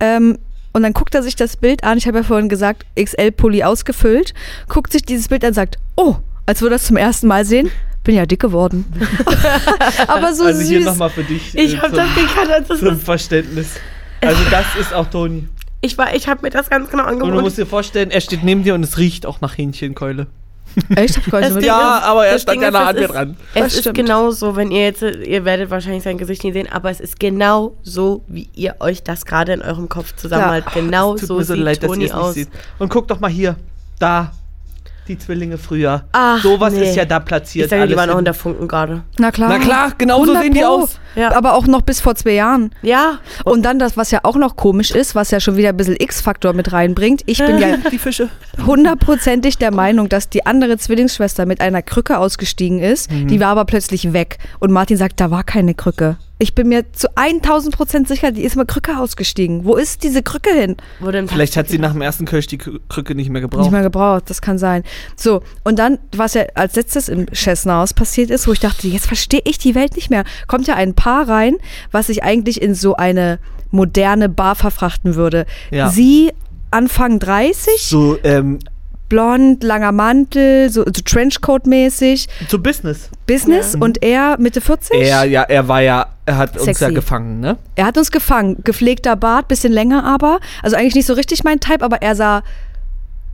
C: Ähm, und dann guckt er sich das Bild an. Ich habe ja vorhin gesagt, XL-Pulli ausgefüllt. Guckt sich dieses Bild an und sagt, oh, als würde er es zum ersten Mal sehen. Bin ja dick geworden. Aber so
A: also hier
C: süß.
A: nochmal für dich.
B: Ich
A: äh,
B: hab
A: zum-
B: das gekannt, als das
A: zum
B: ist.
A: Verständnis. Also das ist auch Toni.
B: Ich, war- ich habe mir das ganz genau
A: Und du musst
B: angeguckt.
A: dir vorstellen, er steht neben dir und es riecht auch nach Hähnchenkeule.
C: Echt? Hab ich gar nicht so
B: Das
C: mit-
B: Ding
A: Ja,
B: ist-
A: aber er
B: das
A: stand
B: Ding
A: ja
B: ist,
A: nah
B: es
A: an mir
B: ist-
A: dran.
C: Das
B: Es ist
C: stimmt.
B: genauso, wenn ihr jetzt, ihr werdet wahrscheinlich sein Gesicht nicht sehen, aber es ist genau so, wie ihr euch das gerade in eurem Kopf zusammenmalt.
A: Ach,
B: genau
A: es tut
B: so
A: mir so
B: sieht
A: leid, dass ihr
B: Toni
A: es nicht
B: aus.
A: seht. Und guck doch mal hier, da. die Zwillinge früher.
B: Ach,
A: Sowas
B: nee.
A: ist ja da platziert.
B: Ich sage, die
A: alles
B: waren auch
A: in-
B: in der Funken gerade.
C: Na klar.
A: Na klar, genau so
C: 100
A: sehen die
C: Pro.
A: aus.
B: Ja.
C: Aber auch noch bis vor zwei Jahren.
B: Ja,
C: Und dann das, was ja auch noch komisch ist, was ja schon wieder ein bisschen X-Faktor mit reinbringt. Ich bin ja
A: Die Fische.
C: hundertprozentig der Meinung, dass die andere Zwillingsschwester mit einer Krücke ausgestiegen ist.
A: Mhm.
C: Die war aber plötzlich weg. Und Martin sagt, da war keine Krücke. Ich bin mir zu 1000 Prozent sicher, die ist mit Krücke ausgestiegen. Wo ist diese Krücke hin?
B: wurde im
A: Vielleicht hat sie nach dem ersten Kölsch die Krü- Krücke nicht mehr gebraucht.
C: Nicht mal gebraucht, das kann sein. So, und dann, was ja als letztes im Chessenhaus passiert ist, wo ich dachte, jetzt verstehe ich die Welt nicht mehr, kommt ja ein Paar rein, was ich eigentlich in so eine moderne Bar verfrachten würde.
A: Ja.
C: Sie Anfang 30,
A: so, ähm,
C: blond, langer Mantel, so, so Trenchcoat-mäßig,
A: so Business.
C: Business und er Mitte 40.
A: Er, ja, er war ja, er hat uns
C: Sexy.
A: ja gefangen, ne?
C: Er hat uns gefangen. Gepflegter Bart, bisschen länger aber. Also eigentlich nicht so richtig mein Type, aber er sah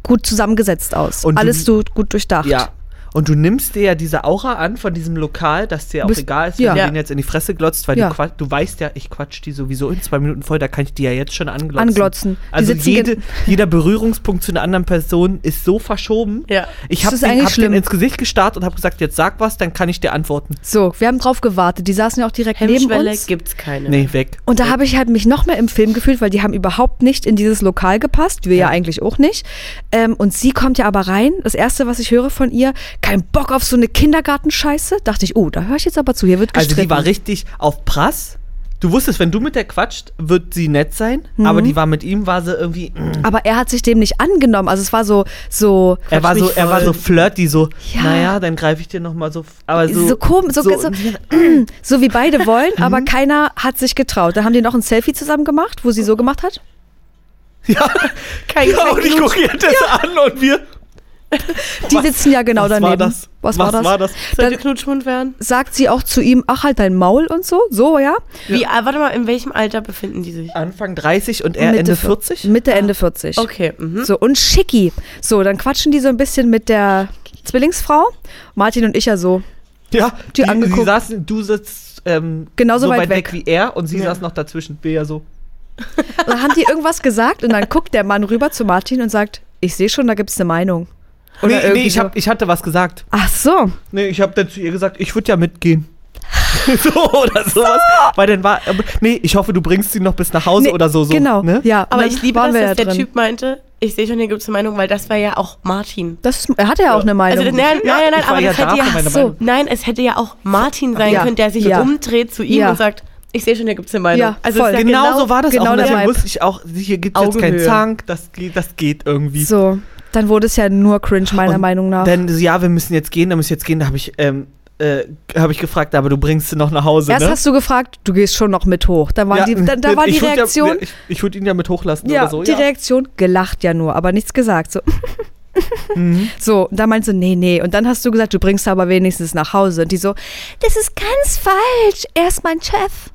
C: gut zusammengesetzt aus.
A: Und du-
C: Alles so gut durchdacht.
A: Ja. Und du nimmst dir ja diese Aura an von diesem Lokal, dass dir auch
C: Bist-
A: egal ist, wenn
C: ja.
A: du den jetzt in die Fresse glotzt, weil
C: Ja.
A: du, quatsch, du weißt ja, ich quatsch die sowieso in zwei Minuten voll, da kann ich die ja jetzt schon anglotzen.
C: Anglotzen. Die
A: Also
C: sitzen
A: jede,
C: gen-
A: jeder Berührungspunkt zu einer anderen Person ist so verschoben.
B: Ja.
A: Ich
C: Das
A: habe
C: ist
A: den,
C: eigentlich
A: hab den
C: schlimm.
A: ins Gesicht gestarrt und habe gesagt, jetzt sag was, dann kann ich dir antworten.
C: So, wir haben drauf gewartet. Die saßen ja auch direkt neben
B: Hemmschwelle
C: uns.
B: gibt's keine.
A: Nee, weg.
C: Und da habe ich halt mich noch mehr im Film gefühlt, weil die haben überhaupt nicht in dieses Lokal gepasst. Wir ja, eigentlich auch nicht. Ähm, und sie kommt ja aber rein. Das Erste, was ich höre von ihr, kein Bock auf so eine Kindergartenscheiße. Dachte ich, oh, da höre ich jetzt aber zu. Hier wird
A: Also
C: gestritten.
A: die war richtig auf Prass. Du wusstest, wenn du mit der quatscht, wird sie nett sein,
C: Mhm.
A: aber die war mit ihm, war sie irgendwie. mm.
C: aber er hat sich dem nicht angenommen. Also es war so, so
A: Er war,
B: mich
A: so, er war
B: voll.
A: so flirty, so,
C: Ja.
A: naja, dann greife ich dir nochmal so. f- Aber so, Mhm.
C: so, komisch, so, so, so, wie beide wollen, aber keiner hat sich getraut. Da haben die noch ein Selfie zusammen gemacht, wo sie so gemacht hat.
A: Ja,
B: Kein
A: ja und ich
B: Knutsch.
A: gucke ihr das an und wir.
C: Die
A: Was-
C: sitzen ja genau
A: was
C: daneben.
A: War das?
C: Was, war das?
B: Sollte Knutschmund werden?
C: Sagt sie auch zu ihm, ach halt dein Maul und so, so ja.
B: Wie, ah, warte mal, in welchem Alter befinden die sich?
A: Anfang 30 und er Ende 40?
C: Mitte, Hm. Ende 40.
B: Okay, mhm.
C: So, und schicki. So, dann quatschen die so ein bisschen mit der Zwillingsfrau. Martin und ich ja so.
A: Ja,
C: Die
A: die, die,
C: angeguckt.
A: saßen, du sitzt ähm,
C: Genauso
A: so
C: weit
A: weit weg. wie er und sie
B: Ja.
A: saß noch dazwischen. Wir ja so.
C: Und dann haben die irgendwas gesagt und dann guckt der Mann rüber zu Martin und sagt, ich sehe schon, da gibt's eine Meinung. Oder
A: nee, nee
C: irgendwie
A: ich,
C: so.
A: hab, ich hatte was gesagt.
C: Ach so.
A: Nee, ich habe dann zu ihr gesagt, ich würde ja mitgehen. so oder sowas. Weil dann war. aber- Nee, ich hoffe, du bringst sie noch bis nach Hause
C: Nee,
A: oder so. so
C: Genau.
A: Ne?
C: Ja,
B: Aber
C: dann
B: ich liebe,
C: waren
B: dass
C: wir
B: das
C: da
B: der
C: drin.
B: Typ meinte, ich sehe schon, hier gibt's eine Meinung, weil das war ja auch Martin.
C: Das ist, er hatte ja auch eine Meinung.
B: Also, nein, nein,
A: Ja,
B: nein,
A: ich
B: nein,
A: war
B: aber
A: ja
B: das
A: da
B: hätte
A: für
B: ja,
A: meine
B: Ach so,
A: Meinung.
B: nein, es hätte ja auch Martin sein
C: Ja.
B: können, der sich
C: Ja.
B: umdreht zu ihm
C: Ja.
B: und sagt, ich sehe schon, hier gibt's eine Meinung.
C: Ja,
B: also, es
C: voll.
B: ist ja
A: Genau, so war das
C: genau
A: auch. Und
C: der
A: deswegen
C: Vibe.
A: wusste ich auch, hier gibt es jetzt
B: Augenhöhe.
A: keinen Zank, das geht, das geht irgendwie.
C: So, dann wurde es ja nur cringe, meiner
A: Und
C: Meinung nach.
A: Dann so, ja, wir müssen jetzt gehen, da müssen wir jetzt gehen. Da habe ich, ähm, äh, habe ich gefragt, aber du bringst sie noch nach Hause,
C: Erst
A: ne?
C: hast du gefragt, du gehst schon noch mit hoch. Dann war
A: ja,
C: die, da, da war die
A: ich würd Ja,
C: Reaktion,
A: ich ich würde ihn ja mit hochlassen
C: ja,
A: oder so.
C: die
A: Ja.
C: Reaktion gelacht ja nur, aber nichts gesagt. So,
A: Mhm.
C: so da meinst du, nee, nee. Und dann hast du gesagt, du bringst sie aber wenigstens nach Hause. Und die so, das ist ganz falsch. Er ist mein Chef.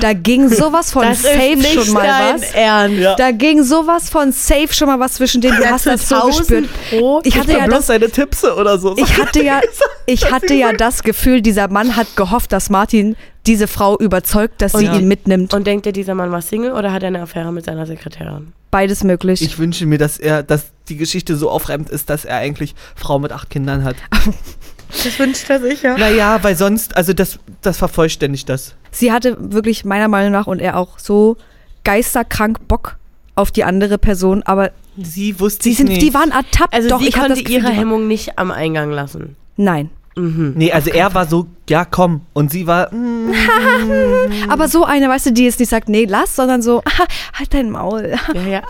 C: da ging sowas von
B: Das
C: safe
B: ist nicht
C: schon mal
B: dein
C: was.
B: Ernst.
A: Ja.
C: Da ging sowas von safe schon mal was zwischen denen. Du hast das so
B: 1000
C: gespürt.
B: Pro.
C: Ich hatte
A: Ja,
C: ja
A: bloß
C: das
A: seine Tipse oder so.
C: Ich hatte ja, ich hatte ja das Gefühl, dieser Mann hat gehofft, dass Martin diese Frau überzeugt, dass sie
A: Und-
C: ihn mitnimmt.
B: Und denkt ihr, dieser Mann war Single oder hat er eine Affäre mit seiner Sekretärin?
C: Beides möglich.
A: Ich wünsche mir, dass er, dass die Geschichte so aufreibend ist, dass er eigentlich Frau mit acht Kindern hat.
B: Das wünscht er sich, ja.
A: Naja, weil sonst, also das, das vervollständigt das.
C: sie hatte wirklich meiner Meinung nach und er auch so geisterkrank Bock auf die andere Person, aber
A: Sie wusste
C: die,
A: ich
C: sind,
A: nicht.
C: die waren ertappt.
B: Also
C: Doch,
B: sie
C: ich hatte
B: konnte
C: das Gefühl,
B: ihre
C: die war-
B: Hemmung nicht am Eingang lassen.
C: Nein.
A: nee, also er war so, ja komm. Und sie war, mm,
C: Aber so eine, weißt du, die jetzt nicht sagt, nee, lass, sondern so, ah, halt dein Maul.
B: Ja, ja.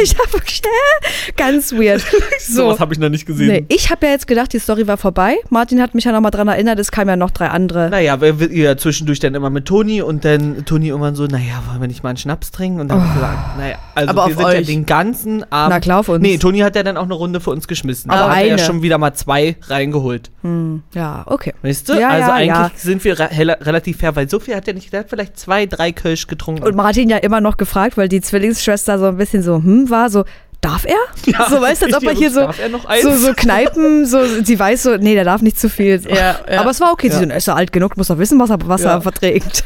C: ich hab wirklich, äh, ganz weird. So.
A: sowas habe ich noch nicht gesehen.
C: Nee, ich habe ja jetzt gedacht, die Story war vorbei. Martin hat mich ja nochmal dran erinnert, es kamen ja noch drei andere.
A: Naja, wir wir- ihr ja zwischendurch dann immer mit Toni und dann Toni irgendwann so, naja, wollen wir nicht mal einen Schnaps trinken? Und dann
C: Oh.
A: hab ich gesagt, naja, also
B: Aber
A: wir
B: auf
A: sind ja
B: euch.
A: den ganzen Abend.
C: Na klar, auf uns.
A: Nee, Toni hat ja dann auch eine Runde für uns geschmissen.
C: Aber
A: da hat er ja
C: eine.
A: schon wieder mal zwei reingeholt.
C: Ja, okay.
A: Weißt du?
C: Ja,
A: also
C: ja,
A: eigentlich sind wir re hella- relativ fair, weil so viel hat er nicht, der hat vielleicht zwei, drei Kölsch getrunken.
C: Und Martin ja immer noch gefragt, weil die Zwillingsschwester so ein bisschen so, hm, war so, darf er? so weißt du, als ob er hier so,
A: Darf er noch eins?
C: so, so Kneipen, so, sie weiß so, nee, der darf nicht zu viel.
B: Ja, ja.
C: Aber es war okay,
A: Ja.
C: sie sind, er ist ja alt genug, muss doch wissen, was er, was
A: Ja.
C: er verträgt.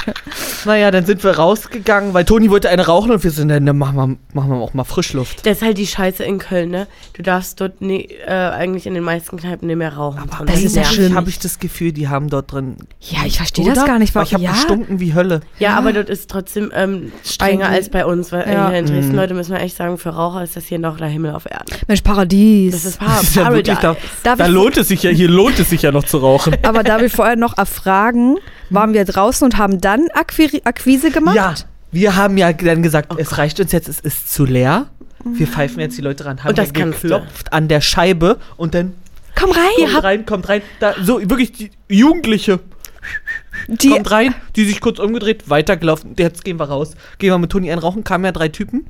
A: Naja, dann sind wir rausgegangen, weil Toni wollte eine rauchen und wir sind dann, dann machen, wir, machen wir auch mal Frischluft.
B: Das ist halt die Scheiße in Köln, ne? Du darfst dort nie, äh, eigentlich in den meisten Kneipen nicht mehr rauchen. Aber
C: das ist ja
A: Nervig
C: schlimm.
A: habe ich das Gefühl, die haben dort drin.
C: Ja, ich verstehe
A: Oder?
C: das gar nicht.
A: Weil
C: War,
A: ich habe
C: ja,
A: gestunken wie Hölle.
B: Ja, aber dort ist trotzdem ähm, strenger
C: Eigentlich-
B: als bei uns, weil
C: Ja.
B: hier in
A: Mhm.
B: Dresden, Leute, müssen wir echt sagen, für Raucher ist das hier noch der Himmel auf Erden.
C: Mensch, Paradies.
B: Das ist Par
A: Das ist ja wirklich da,
B: Ah, Paradise.
C: Darf
A: da
C: ich-
A: lohnt es sich ja, hier lohnt es sich ja noch zu rauchen.
C: Aber da wir vorher noch erfragen, waren wir draußen und haben dann Akquiri Akquise gemacht.
A: Ja, wir haben ja dann gesagt, es reicht uns jetzt, es ist zu leer. Wir pfeifen jetzt die Leute ran, haben
B: Und das
A: dann
B: kannst du.
A: geklopft an der Scheibe und dann
C: Komm rein.
A: kommt rein, kommt rein. Da, so wirklich die Jugendliche
C: die,
A: kommt rein, die sich kurz umgedreht, weitergelaufen. Jetzt gehen wir raus. Gehen wir mit Toni einen rauchen, kamen ja drei Typen.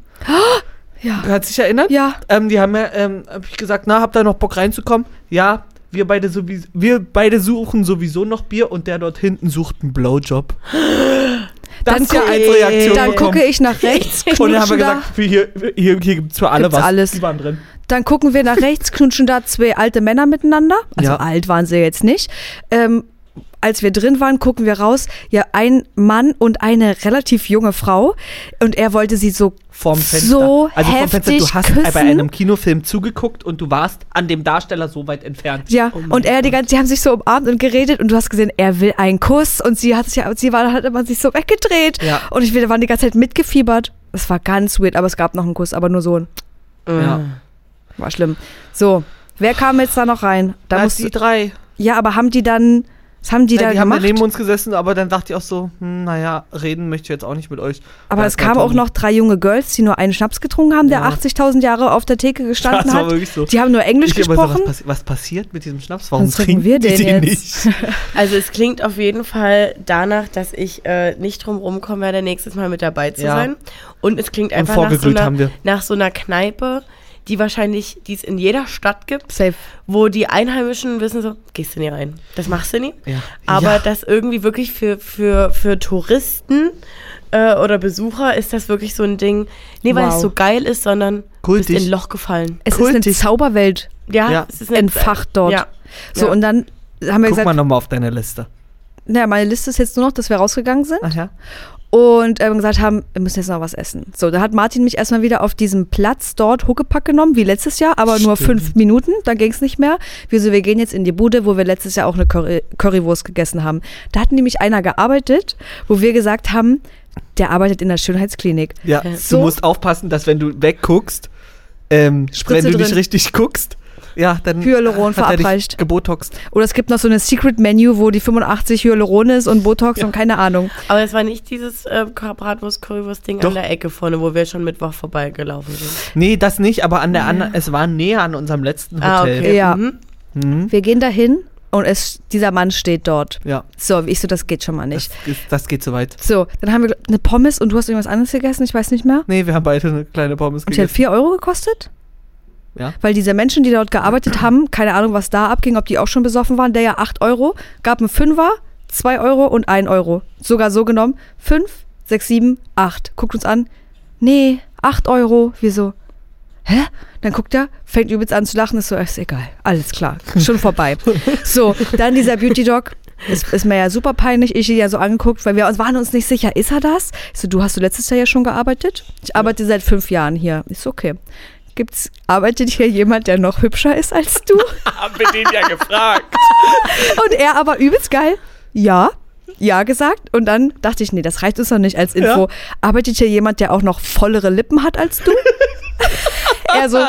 C: ja.
A: Hat sich erinnert?
C: Ja.
A: Ähm, die haben ja, ähm, hab ich gesagt, na, habt ihr noch Bock reinzukommen? Ja, wir beide, sowieso, wir beide suchen sowieso noch Bier und der dort hinten sucht einen Blowjob. Das
C: Dann
A: ist ja
C: guck-
A: als Reaktion
C: Dann
A: gekommen.
C: gucke ich nach rechts,
A: Und dann haben wir
C: knutschen da.
A: gesagt, wir hier, hier, hier gibt's für alle
C: Gibt's
A: was.
C: alles.
A: Die waren drin.
C: Dann gucken wir nach rechts, knutschen da zwei alte Männer miteinander. Also
A: Ja.
C: alt waren sie jetzt nicht. Ähm, als wir drin waren, gucken wir raus. Ja, ein Mann und eine relativ junge Frau. Und er wollte sie so
A: Vorm Fenster.
C: So
A: also vorm Fenster, du
C: heftig
A: hast
C: küssen.
A: bei einem Kinofilm zugeguckt und du warst an dem Darsteller so weit entfernt.
C: Ja,
B: Oh mein
C: und er die ganze, die haben sich so umarmt und geredet und du hast gesehen, er will einen Kuss und sie hat sich ja, sie war, hat immer sich so weggedreht
A: Ja.
C: und ich wir waren die ganze Zeit mitgefiebert. Es war ganz weird, aber es gab noch einen Kuss, aber nur so ein,
B: Mhm.
C: äh,
A: Ja.
C: war schlimm. So, wer kam jetzt da noch rein? Da
A: Da
C: musst,
A: die drei.
C: ja, aber haben die dann, was haben
A: Die,
C: die
A: ja,
C: da
A: die haben
C: gemacht?
A: ja neben uns gesessen, aber dann dachte ich auch so, hm, naja, reden möchte ich jetzt auch nicht mit euch.
C: aber
A: Da
C: es
A: hat man
C: kamen auch
A: Toni-
C: noch drei junge Girls, die nur einen Schnaps getrunken haben, der
A: Ja.
C: 80.000 Jahre auf der Theke gestanden
A: Das war
C: hat.
A: wirklich so.
C: Die haben nur Englisch
A: Ich immer so, was,
C: gesprochen.
A: passi was passiert mit diesem Schnaps? Warum
C: Sonst trinken wir
A: die
C: den jetzt.
A: nicht?
B: Also es klingt auf jeden Fall danach, dass ich äh, nicht drum rumkommen werde, nächstes Mal mit dabei zu
A: Ja.
B: sein. Und es klingt einfach nach so,
A: vorgeglüht
B: einer,
A: haben wir.
B: nach so einer Kneipe, die wahrscheinlich, die es in jeder Stadt gibt,
C: Safe.
B: wo die Einheimischen wissen so, gehst du nie rein. Das machst du nie.
A: Ja.
B: Aber
A: Ja.
B: das irgendwie wirklich für, für, für Touristen äh, oder Besucher ist das wirklich so ein Ding. Nee, weil
C: Wow.
B: es so geil ist, sondern bist
A: Kultig.
B: in ein Loch gefallen.
C: Es ist eine
A: Kultig.
C: Zauberwelt
B: Ja,
A: Ja.
B: es ist eine-
C: entfacht dort.
B: Ja.
C: So,
B: Ja.
C: und dann haben wir
A: Guck mal
C: gesagt,
A: nochmal auf deine Liste.
C: naja, meine Liste ist jetzt nur noch, dass wir rausgegangen sind.
A: Ach ja.
C: und ähm, gesagt haben, wir müssen jetzt noch was essen. So, da hat Martin mich erstmal wieder auf diesem Platz dort Huckepack genommen, wie letztes Jahr, aber nur
A: Stimmt.
C: fünf Minuten, dann ging's nicht mehr. Wir so, wir gehen jetzt in die Bude, wo wir letztes Jahr auch eine Curry, Currywurst gegessen haben. Da hat nämlich einer gearbeitet, wo wir gesagt haben, der arbeitet in der Schönheitsklinik.
A: Ja,
C: So.
A: du musst aufpassen, dass wenn du wegguckst, ähm,
C: Spritze
A: wenn du nicht
C: drin.
A: richtig guckst, ja, dann
C: Hyaluron
A: hat er dich
C: verabreicht.
A: Gebotoxt.
C: Oder es gibt noch so eine Secret-Menu, wo die 85 Hyaluron ist und Botox und keine Ahnung.
B: Aber es war nicht dieses äh, Bratwurst-Currywurst-Ding an
A: Doch.
B: der Ecke vorne, wo wir schon Mittwoch vorbeigelaufen sind.
A: Nee, das nicht, aber an der anderen, es war näher an unserem letzten Hotel.
B: Ah, okay.
C: Ja.
B: Mhm.
A: Mhm.
C: Wir gehen dahin und es, dieser Mann steht dort.
A: Ja,
C: So, ich so, das geht schon mal
A: das,
C: nicht.
A: ist- das geht so weit.
C: So, dann haben wir eine Pommes und du hast irgendwas anderes gegessen, ich weiß nicht mehr.
A: Nee, wir haben beide eine kleine Pommes
C: Und die hat
A: gegessen.
C: 4 Euro gekostet?
A: Ja.
C: Weil diese Menschen, die dort gearbeitet haben, keine Ahnung, was da abging, ob die auch schon besoffen waren, der ja 8 Euro, gab einen Fünfer, 2 Euro und 1 Euro. Sogar so genommen, 5, 6, 7, 8. Guckt uns an, nee, 8 Euro, wieso? Hä? Dann guckt er, fängt übelst an zu lachen, ist so, ist egal, alles klar, schon vorbei. so, dann dieser Beauty Dog. Ist, ist mir ja super peinlich, ich ihn ja so angeguckt, weil wir uns waren uns nicht sicher, ist er das? Ich so, du hast du letztes Jahr ja schon gearbeitet? Ich arbeite seit fünf Jahren hier. Ist so, okay. Gibt's, arbeitet hier jemand, der noch hübscher ist als du?
A: Haben wir den ja gefragt.
C: Und er aber übelst geil. Ja. Ja gesagt und dann dachte ich, nee, das reicht uns noch nicht als Info.
A: Ja.
C: Arbeitet hier jemand, der auch noch vollere Lippen hat als du? er so,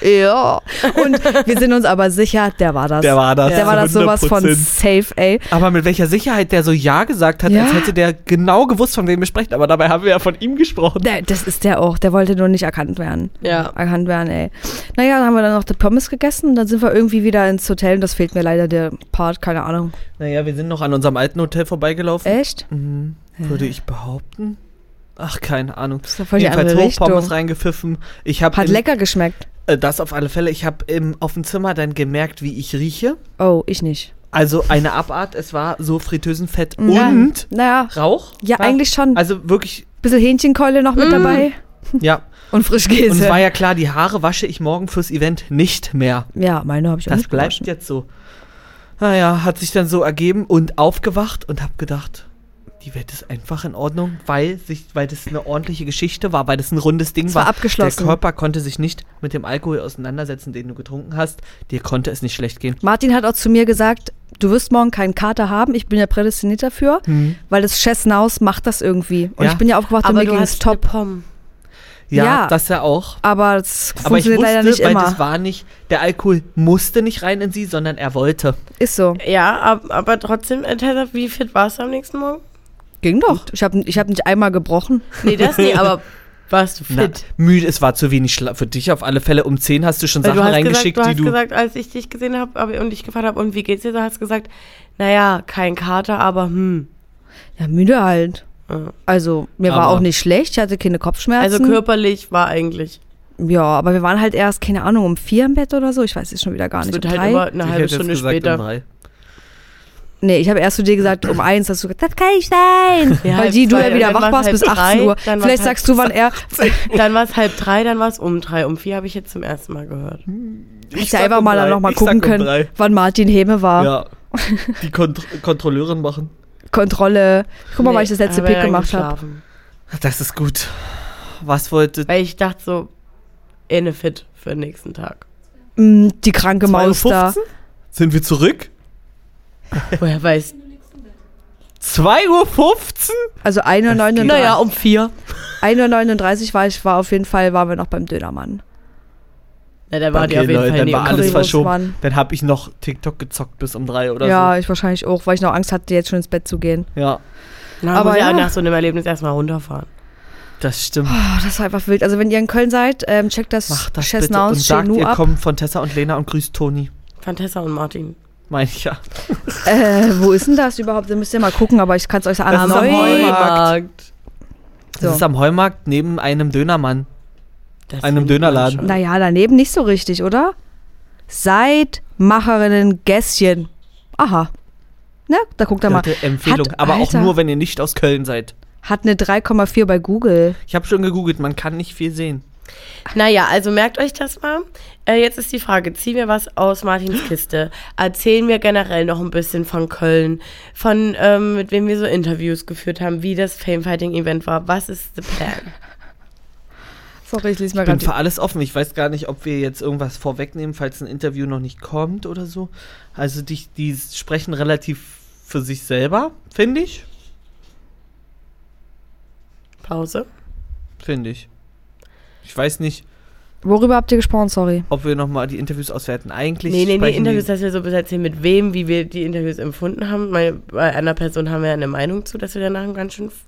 C: ja. Und wir sind uns aber sicher, der war das.
A: Der war das.
C: Der war das sowas von
A: 100%.
C: safe, ey.
A: Aber mit welcher Sicherheit der so Ja gesagt hat,
C: Ja.
A: als hätte der genau gewusst, von wem wir sprechen. Aber dabei haben wir ja von ihm gesprochen.
C: Der, das ist der auch, der wollte nur nicht erkannt werden.
B: Ja.
C: Erkannt werden, ey. Naja, dann haben wir dann noch die Pommes gegessen und dann sind wir irgendwie wieder ins Hotel und das fehlt mir leider der Part, keine Ahnung.
A: Naja, wir sind noch an unserem alten Hotel vorbeigelaufen.
C: Echt?
A: Mhm, würde ich behaupten. Ach, keine Ahnung.
C: Das ist ja voll die andere
A: hoch, Pommes
C: Richtung.
A: reingepfiffen. Ich hab
C: Hat
A: in-
C: lecker geschmeckt.
A: Äh, das auf alle Fälle. Ich habe auf dem Zimmer dann gemerkt, wie ich rieche.
C: Oh, ich nicht.
A: Also eine Abart. Es war so Fritösenfett
C: Ja.
A: und
C: Naja,
A: Rauch.
C: Ja,
A: war.
C: eigentlich schon.
A: Also wirklich,
B: Mm.
C: Bisschen Hähnchenkeule noch mit dabei.
A: ja.
C: Und Frischkäse.
A: Und es war ja klar, die Haare wasche ich morgen fürs Event nicht mehr.
C: ja, meine habe ich auch
A: Das
C: nicht
A: bleibt
C: gewaschen.
A: jetzt so. Naja, hat sich dann so ergeben und aufgewacht und hab gedacht, die Welt ist einfach in Ordnung, weil, sich, weil das eine ordentliche Geschichte war, weil das ein rundes Ding
C: Es war abgeschlossen.
A: Der Körper konnte sich nicht mit dem Alkohol auseinandersetzen, den du getrunken hast. Dir konnte es nicht schlecht gehen.
C: Martin hat auch zu mir gesagt, du wirst morgen keinen Kater haben. Ich bin ja prädestiniert dafür, weil das Chessnaus macht das irgendwie. Und
A: Hm. Ja.
C: ich bin ja aufgewacht
B: Aber
C: und mir
B: du
C: ging es
B: hast
C: top.
B: eine Pomm.
A: Ja,
C: Ja.
A: das ja auch.
C: Aber es
A: Aber ich
C: funktioniert
A: wusste,
C: leider nicht
A: weil das
C: immer.
A: war nicht, der Alkohol musste nicht rein in sie, sondern er wollte.
C: Ist so.
B: Ja, ab, aber trotzdem, äh, Tessa, wie fit warst du am nächsten Morgen?
C: Ging doch. Ich habe ich hab nicht einmal gebrochen.
B: Nee, das nicht, aber warst du fit?
A: Na, müde, es war zu wenig Schlaf. Für dich auf alle Fälle. Um 10 hast du schon
B: Weil
A: Sachen
B: du hast
A: reingeschickt,
B: gesagt, du hast
A: die du.
B: gesagt, als ich dich gesehen habe hab, und ich gefragt habe, und wie geht's dir, so hast du gesagt, naja, kein Kater, aber hm.
C: Ja, müde halt.
B: Ja.
C: Also, mir war
A: Aber-
C: auch nicht schlecht. Ich hatte keine Kopfschmerzen.
B: Also körperlich war eigentlich.
C: Ja, aber wir waren halt erst, keine Ahnung, um vier im Bett oder so. Ich weiß es schon wieder gar
B: Es
C: nicht.
B: wird
C: um
B: halt
C: drei?
B: immer eine
A: Ich
B: halbe
A: hätte jetzt
B: Stunde
A: gesagt, um
B: später.
A: drei.
C: Nee, ich habe erst zu dir gesagt, um eins hast du gesagt, das kann ich sein.
B: Ja,
C: Weil
B: halb
C: die, du
B: zwei,
C: ja wieder
B: dann
C: wach
B: war's
C: warst
B: halb
C: bis 18
B: drei,
C: Uhr.
B: dann war's
C: Vielleicht
B: halb
C: sagst du, wann er.
A: um
B: Dann war es halb drei, dann war es um drei. Um vier habe ich jetzt zum ersten Mal gehört.
C: Ich selber mal dann nochmal
A: Ich sag
C: gucken
A: um
C: können,
A: drei.
C: wann Martin Heme war.
A: Ja. Die Kont Kontrolleurin machen.
C: Kontrolle. Guck mal,
B: Nee,
C: weil ich das letzte
B: aber
C: Pick
B: dann
C: gemacht habe.
B: geschlafen.
A: Das ist gut. Was wollte.
B: Weil ich dachte so, eh ne fit für den nächsten Tag.
C: Mm, Die kranke Maus
A: 2:15?
C: da.
A: Sind wir zurück?
B: Woher weißt
A: 2.15 Uhr?
C: Also 1.39 Uhr.
B: Naja, um vier.
C: 1.39 Uhr war ich, war auf jeden Fall, waren wir noch beim Dönermann.
B: Na, da war
A: Okay,
B: die auf jeden
A: Leute,
B: Fall
A: dann
B: neben
A: war alles
B: uns.
C: Currywurst,
A: verschoben.
C: Mann.
A: Dann habe ich noch TikTok gezockt bis um 3 oder
C: ja, ich wahrscheinlich auch, weil ich noch Angst hatte, jetzt schon ins Bett zu gehen.
A: so. Ja,
B: Na,
C: Aber
B: aber ja.
C: ja.
B: nach so einem Erlebnis erstmal runterfahren.
A: das stimmt.
C: Oh, das ist einfach wild. Also wenn ihr in Köln seid, ähm, checkt das,
A: Macht das
C: Chess
A: bitte
C: Now
A: und sagt,
C: Chenou
A: ihr
C: ab.
A: kommt von Tessa und Lena und grüßt Toni.
B: Von Tessa und Martin.
A: Meine ich ja.
C: Äh, wo ist denn das überhaupt? Da müsst ihr mal gucken, aber ich kann es euch sagen.
A: Das ist am Heumarkt. Das
C: So.
A: ist am Heumarkt neben einem Dönermann.
B: Das
A: Einem
B: finde ich
A: Dönerladen.
B: ganz schön.
C: Naja, daneben nicht so richtig, oder? Seid Macherinnen Gässchen. Aha. Ne? Da guckt er mal.
A: Leute, Empfehlung.
C: Hat-
A: Aber
C: Alter.
A: auch nur, wenn ihr nicht aus Köln seid.
C: Hat eine 3,4 bei Google.
A: Ich habe schon gegoogelt, man kann nicht viel sehen.
B: Naja, also merkt euch das mal. Äh, jetzt ist die Frage, zieh mir was aus Martins Kiste. Erzähl mir generell noch ein bisschen von Köln, von ähm, mit wem wir so Interviews geführt haben, wie das Famefighting-Event war. Was ist the plan?
C: Sorry, ich lese mal
A: Ich bin
C: gerade.
A: für alles offen. Ich weiß gar nicht, ob wir jetzt irgendwas vorwegnehmen, falls ein Interview noch nicht kommt oder so. Also die, die sprechen relativ für sich selber, finde ich.
B: Pause.
A: Finde ich. Ich weiß nicht,
C: Worüber habt ihr gesprochen? Sorry.
A: ob wir nochmal die Interviews auswerten. Eigentlich
B: Nee, nee, nee,
A: sprechen
B: Interviews,
A: die,
B: dass wir so erzählen, mit wem, wie wir die Interviews empfunden haben. Weil bei einer Person haben wir ja eine Meinung zu, dass wir danach ganz schön. f-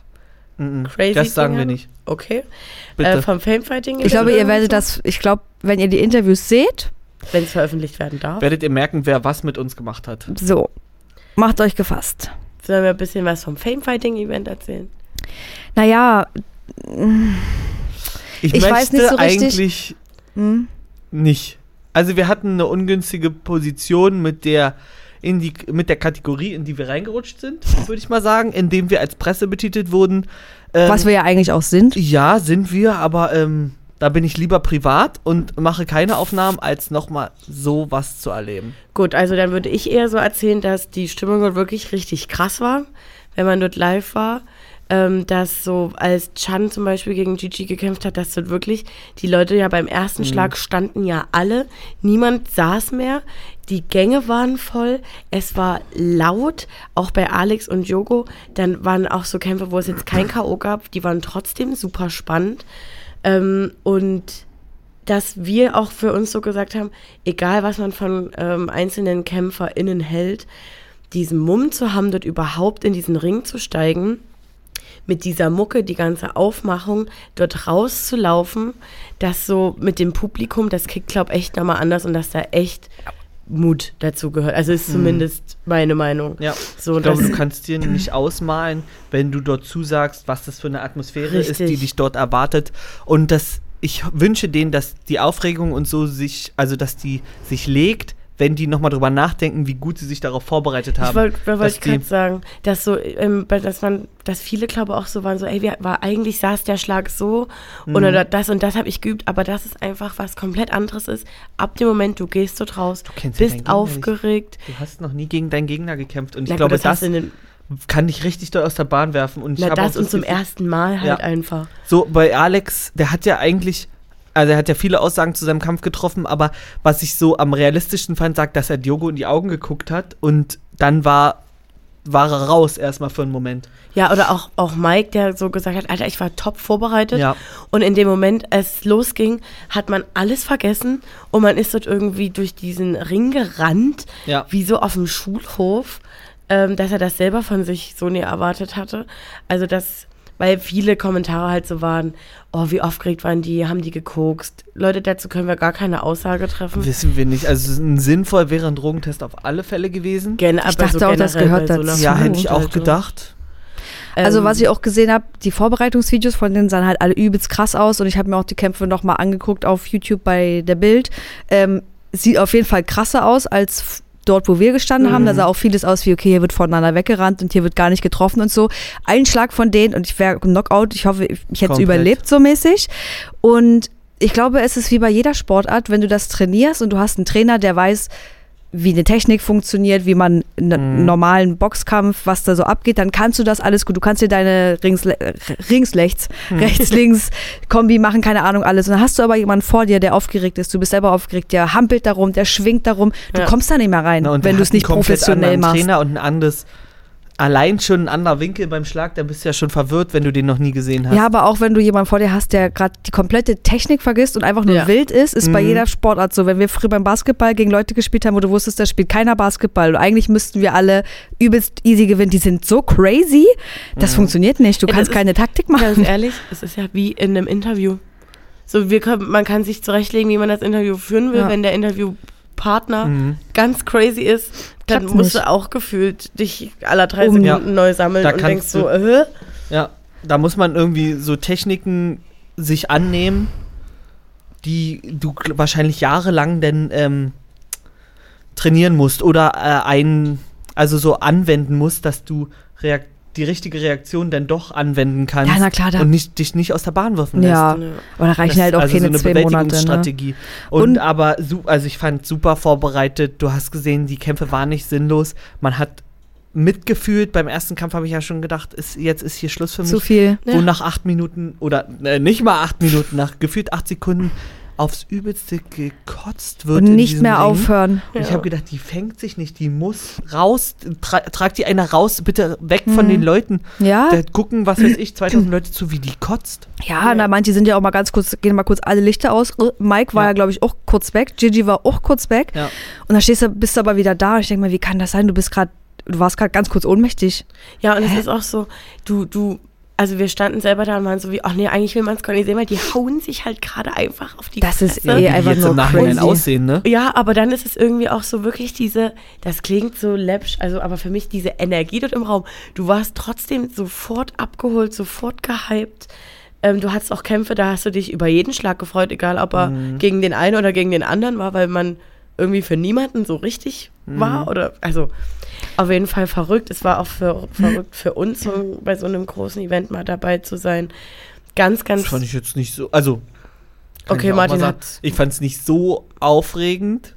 A: Mm, mm.
B: crazy
A: Das sagen wir
B: Dinge.
A: nicht.
B: Okay.
A: Bitte.
B: Äh, vom Famefighting.
C: Ich glaube, ihr werdet das, ich glaube, wenn ihr die Interviews seht,
B: Wenn es veröffentlicht werden darf.
A: Werdet ihr merken, wer was mit uns gemacht hat.
C: so. Macht euch gefasst.
B: Sollen wir ein bisschen was vom Famefighting-Event erzählen?
C: Naja,
A: Ich,
C: Ich
A: möchte
C: weiß nicht so richtig-
A: eigentlich
C: hm,
A: nicht. Also wir hatten eine ungünstige Position mit der in die mit der Kategorie, in die wir reingerutscht sind, würde ich mal sagen, indem wir als Presse betitelt wurden. Ähm,
C: was wir ja eigentlich auch sind.
A: ja, sind wir, aber ähm, da bin ich lieber privat und mache keine Aufnahmen, als nochmal sowas zu erleben.
B: Gut, also dann würde ich eher so erzählen, dass die Stimmung dort wirklich richtig krass war, wenn man dort live war. Ähm, dass so, als Chan zum Beispiel gegen Gigi gekämpft hat, dass dort wirklich die Leute ja beim ersten Schlag standen ja alle. Niemand saß mehr. Die Gänge waren voll. Es war laut, auch bei Alex und Jogo. Dann waren auch so Kämpfe, wo es jetzt kein K.O. gab. Die waren trotzdem super spannend. Ähm, und dass wir auch für uns so gesagt haben, egal was man von ähm, einzelnen KämpferInnen hält, diesen Mumm zu haben, dort überhaupt in diesen Ring zu steigen, mit dieser Mucke, die ganze Aufmachung, dort rauszulaufen, das so mit dem Publikum, das kickt, glaube ich, echt nochmal anders und dass da echt Mut dazu gehört. Also ist zumindest meine Meinung.
A: Mhm. Ja.
B: So,
A: Ich glaube,
B: das-
A: du kannst dir nicht ausmalen, wenn du dort zusagst, was das für eine Atmosphäre ist, die
B: Richtig.
A: dich dort erwartet. Und das, ich wünsche denen, dass die Aufregung und so sich, also dass die sich legt, wenn die nochmal drüber nachdenken, wie gut sie sich darauf vorbereitet haben.
B: Ich wollte wollt
A: dass
B: wollt gerade
A: die-
B: sagen, dass so, ähm, bei- dass man, dass viele glaube auch so waren, so, ey, wir, war, eigentlich saß der Schlag so
A: Mhm.
B: oder da- das und das habe ich geübt, aber das ist einfach was komplett anderes ist. Ab dem Moment, du gehst dort raus,
A: kennst ja deinen
B: bist
A: Gegner
B: aufgeregt.
A: Du hast noch nie gegen deinen Gegner gekämpft und ich
B: Na gut,
A: glaube, das,
B: hast du in den,
A: kann dich richtig doll aus der Bahn werfen. Und ich
B: na,
A: habe
B: das
A: auch
B: und zum
A: Gefühl-
B: ersten Mal halt
A: Ja.
B: einfach.
A: So, bei Alex, der hat ja eigentlich, also er hat ja viele Aussagen zu seinem Kampf getroffen, aber was ich so am realistischsten fand, sagt, dass er Diogo in die Augen geguckt hat und dann war, war er raus erstmal für einen Moment.
B: Ja, oder auch, auch Mike, der so gesagt hat, Alter, ich war top vorbereitet.
A: Ja.
B: Und in dem Moment, als es losging, hat man alles vergessen und man ist dort irgendwie durch diesen Ring gerannt,
A: Ja.
B: wie so auf dem Schulhof, ähm, dass er das selber von sich so nie erwartet hatte. Also das, weil viele Kommentare halt so waren, oh, wie aufgeregt waren die, haben die gekokst. Leute, dazu können wir gar keine Aussage treffen.
A: Wissen wir nicht. Also ein sinnvoll wäre ein Drogentest auf alle Fälle gewesen.
B: Gen
C: Ich dachte auch, das gehört dazu.
A: Ja,
C: Absolut.
A: hätte ich auch gedacht.
B: Ähm,
C: Also was ich auch gesehen habe, die Vorbereitungsvideos von denen sahen halt alle übelst krass aus und ich habe mir auch die Kämpfe nochmal angeguckt auf YouTube bei der Bild. Ähm, sieht auf jeden Fall krasser aus als f- dort, wo wir gestanden haben. Da sah auch vieles aus wie, okay, hier wird voneinander weggerannt und hier wird gar nicht getroffen und so. Ein Schlag von denen und ich wäre Knockout. Ich hoffe, ich, ich hätte es
A: Komplett.
C: überlebt so mäßig. Und ich glaube, es ist wie bei jeder Sportart, wenn du das trainierst und du hast einen Trainer, der weiß, wie eine Technik funktioniert, wie man in einem
A: Mhm.
C: normalen Boxkampf, was da so abgeht, dann kannst du das alles gut. Du kannst dir deine Rings, äh, Rings rechts,
A: Mhm.
C: rechts, links Kombi machen, keine Ahnung, alles. Und dann hast du aber jemanden vor dir, der aufgeregt ist. Du bist selber aufgeregt, der hampelt darum, der schwingt darum. Du
B: Ja.
C: kommst da nicht mehr rein,
A: Na, und der
C: wenn du
A: hat
C: es nicht
A: einen komplett
C: professionell
A: anderen
C: machst.
A: Trainer und ein anderes, allein schon ein anderer Winkel beim Schlag, dann bist du ja schon verwirrt, wenn du den noch nie gesehen hast.
C: Ja, aber auch wenn du jemanden vor dir hast, der gerade die komplette Technik vergisst und einfach nur
B: Ja.
C: wild ist, ist bei
A: Mhm.
C: jeder Sportart so. Wenn wir früher beim Basketball gegen Leute gespielt haben, wo du wusstest, da spielt keiner Basketball und eigentlich müssten wir alle übelst easy gewinnen. Die sind so crazy,
A: Mhm.
C: das funktioniert nicht. Du
B: Ja, das
C: kannst
B: ist-
C: keine Taktik
B: Ganz
C: machen.
B: ehrlich, es ist ja wie in einem Interview. So, wir können, man kann sich zurechtlegen, wie man das Interview führen will,
C: Ja.
B: wenn der Interviewpartner
A: Mhm.
B: ganz crazy ist, dann
C: Klappt's
B: musst
C: nicht.
B: du auch gefühlt dich aller drei
C: Um.
B: Sekunden
A: Ja.
B: neu sammeln
A: Da
B: und denkst
A: kannst
B: so, äh,
A: Ja, da muss man irgendwie so Techniken sich annehmen, die du gl- wahrscheinlich jahrelang denn ähm, trainieren musst oder äh, ein, also so anwenden musst, dass du reak die richtige Reaktion dann doch anwenden kannst
C: Ja, na klar, da-
A: und nicht, dich nicht aus der Bahn werfen lässt.
C: Ja,
B: Ja.
C: aber da reichen
A: ne? Das
C: halt
A: ist
C: auch
A: also
C: keine
A: so
C: zwei
A: eine
C: Monate. Ne?
A: Bewältigungsstrategie. Und,
C: Und-
A: aber, su- also ich fand super vorbereitet. Du hast gesehen, die Kämpfe waren nicht sinnlos. Man hat mitgefühlt. Beim ersten Kampf habe ich ja schon gedacht, ist, jetzt ist hier Schluss für mich.
C: Zu viel.
A: Wo nach acht Minuten oder äh, nicht mal acht Minuten, nach gefühlt acht Sekunden aufs Übelste gekotzt wird.
C: Und
A: in
C: nicht
A: diesem
C: mehr
A: Ring.
C: aufhören.
A: Und ich
B: Ja.
A: habe gedacht, die fängt sich nicht, die muss raus. Tra tragt die einer raus, bitte weg von den Leuten.
C: Hm. Ja,
A: Da gucken, was weiß ich, 2000 Leute zu, wie die kotzt.
C: ja, na, manche sind ja auch mal ganz kurz, gehen mal kurz alle Lichter aus. Oh, Mike war
A: Ja.
C: ja, glaube ich, auch kurz weg. Gigi war auch kurz weg.
A: Ja.
C: Und dann stehst du, bist du aber wieder da. Ich denke mal, wie kann das sein? Du bist gerade, du warst gerade ganz kurz ohnmächtig.
B: ja, und es ist auch so, du, du, also wir standen selber da und waren so wie, ach nee, eigentlich will man es gar nicht sehen, weil die hauen sich halt gerade einfach auf die
C: Das ist
B: Fresse.
C: eh
A: wie die
C: einfach
A: jetzt
C: nur
A: im Nachhinein
C: crazy.
A: aussehen, ne?
B: Ja, aber dann ist es irgendwie auch so wirklich diese, das klingt so läppsch, also aber für mich diese Energie dort im Raum. Du warst trotzdem sofort abgeholt, sofort gehypt. Ähm, du hattest auch Kämpfe, da hast du dich über jeden Schlag gefreut, egal ob er
A: Mhm.
B: gegen den einen oder gegen den anderen war, weil man irgendwie für niemanden so richtig
A: Mhm.
B: war oder also auf jeden Fall verrückt. Es war auch für, verrückt für uns,
A: Mhm.
B: so, bei so einem großen Event mal dabei zu sein. Ganz, ganz
A: Das fand ich jetzt nicht so. Also. kann
B: Okay,
A: ich auch mal
B: Martin
A: sagen,
B: hat-
A: Ich fand es nicht so aufregend.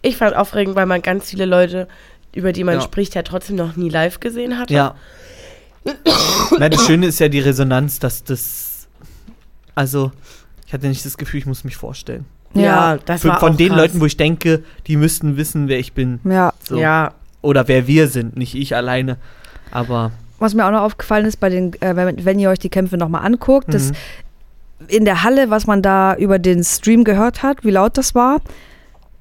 B: Ich fand aufregend, weil man ganz viele Leute, über die man
A: Ja.
B: spricht, ja trotzdem noch nie live gesehen hat.
A: Ja. Na, das Schöne ist ja die Resonanz, dass das. Also, ich hatte nicht das Gefühl, ich muss mich vorstellen.
B: Ja,
C: Ja.
B: das
A: Für,
B: war
A: von
B: auch
A: den
B: krass.
A: Leuten, wo ich denke, die müssten wissen, wer ich bin.
C: Ja.
A: So.
B: Ja,
A: Oder wer wir sind, nicht ich alleine. Aber
C: Was mir auch noch aufgefallen ist, bei den, äh, wenn, wenn ihr euch die Kämpfe nochmal anguckt, dass in der Halle, was man da über den Stream gehört hat, wie laut das war,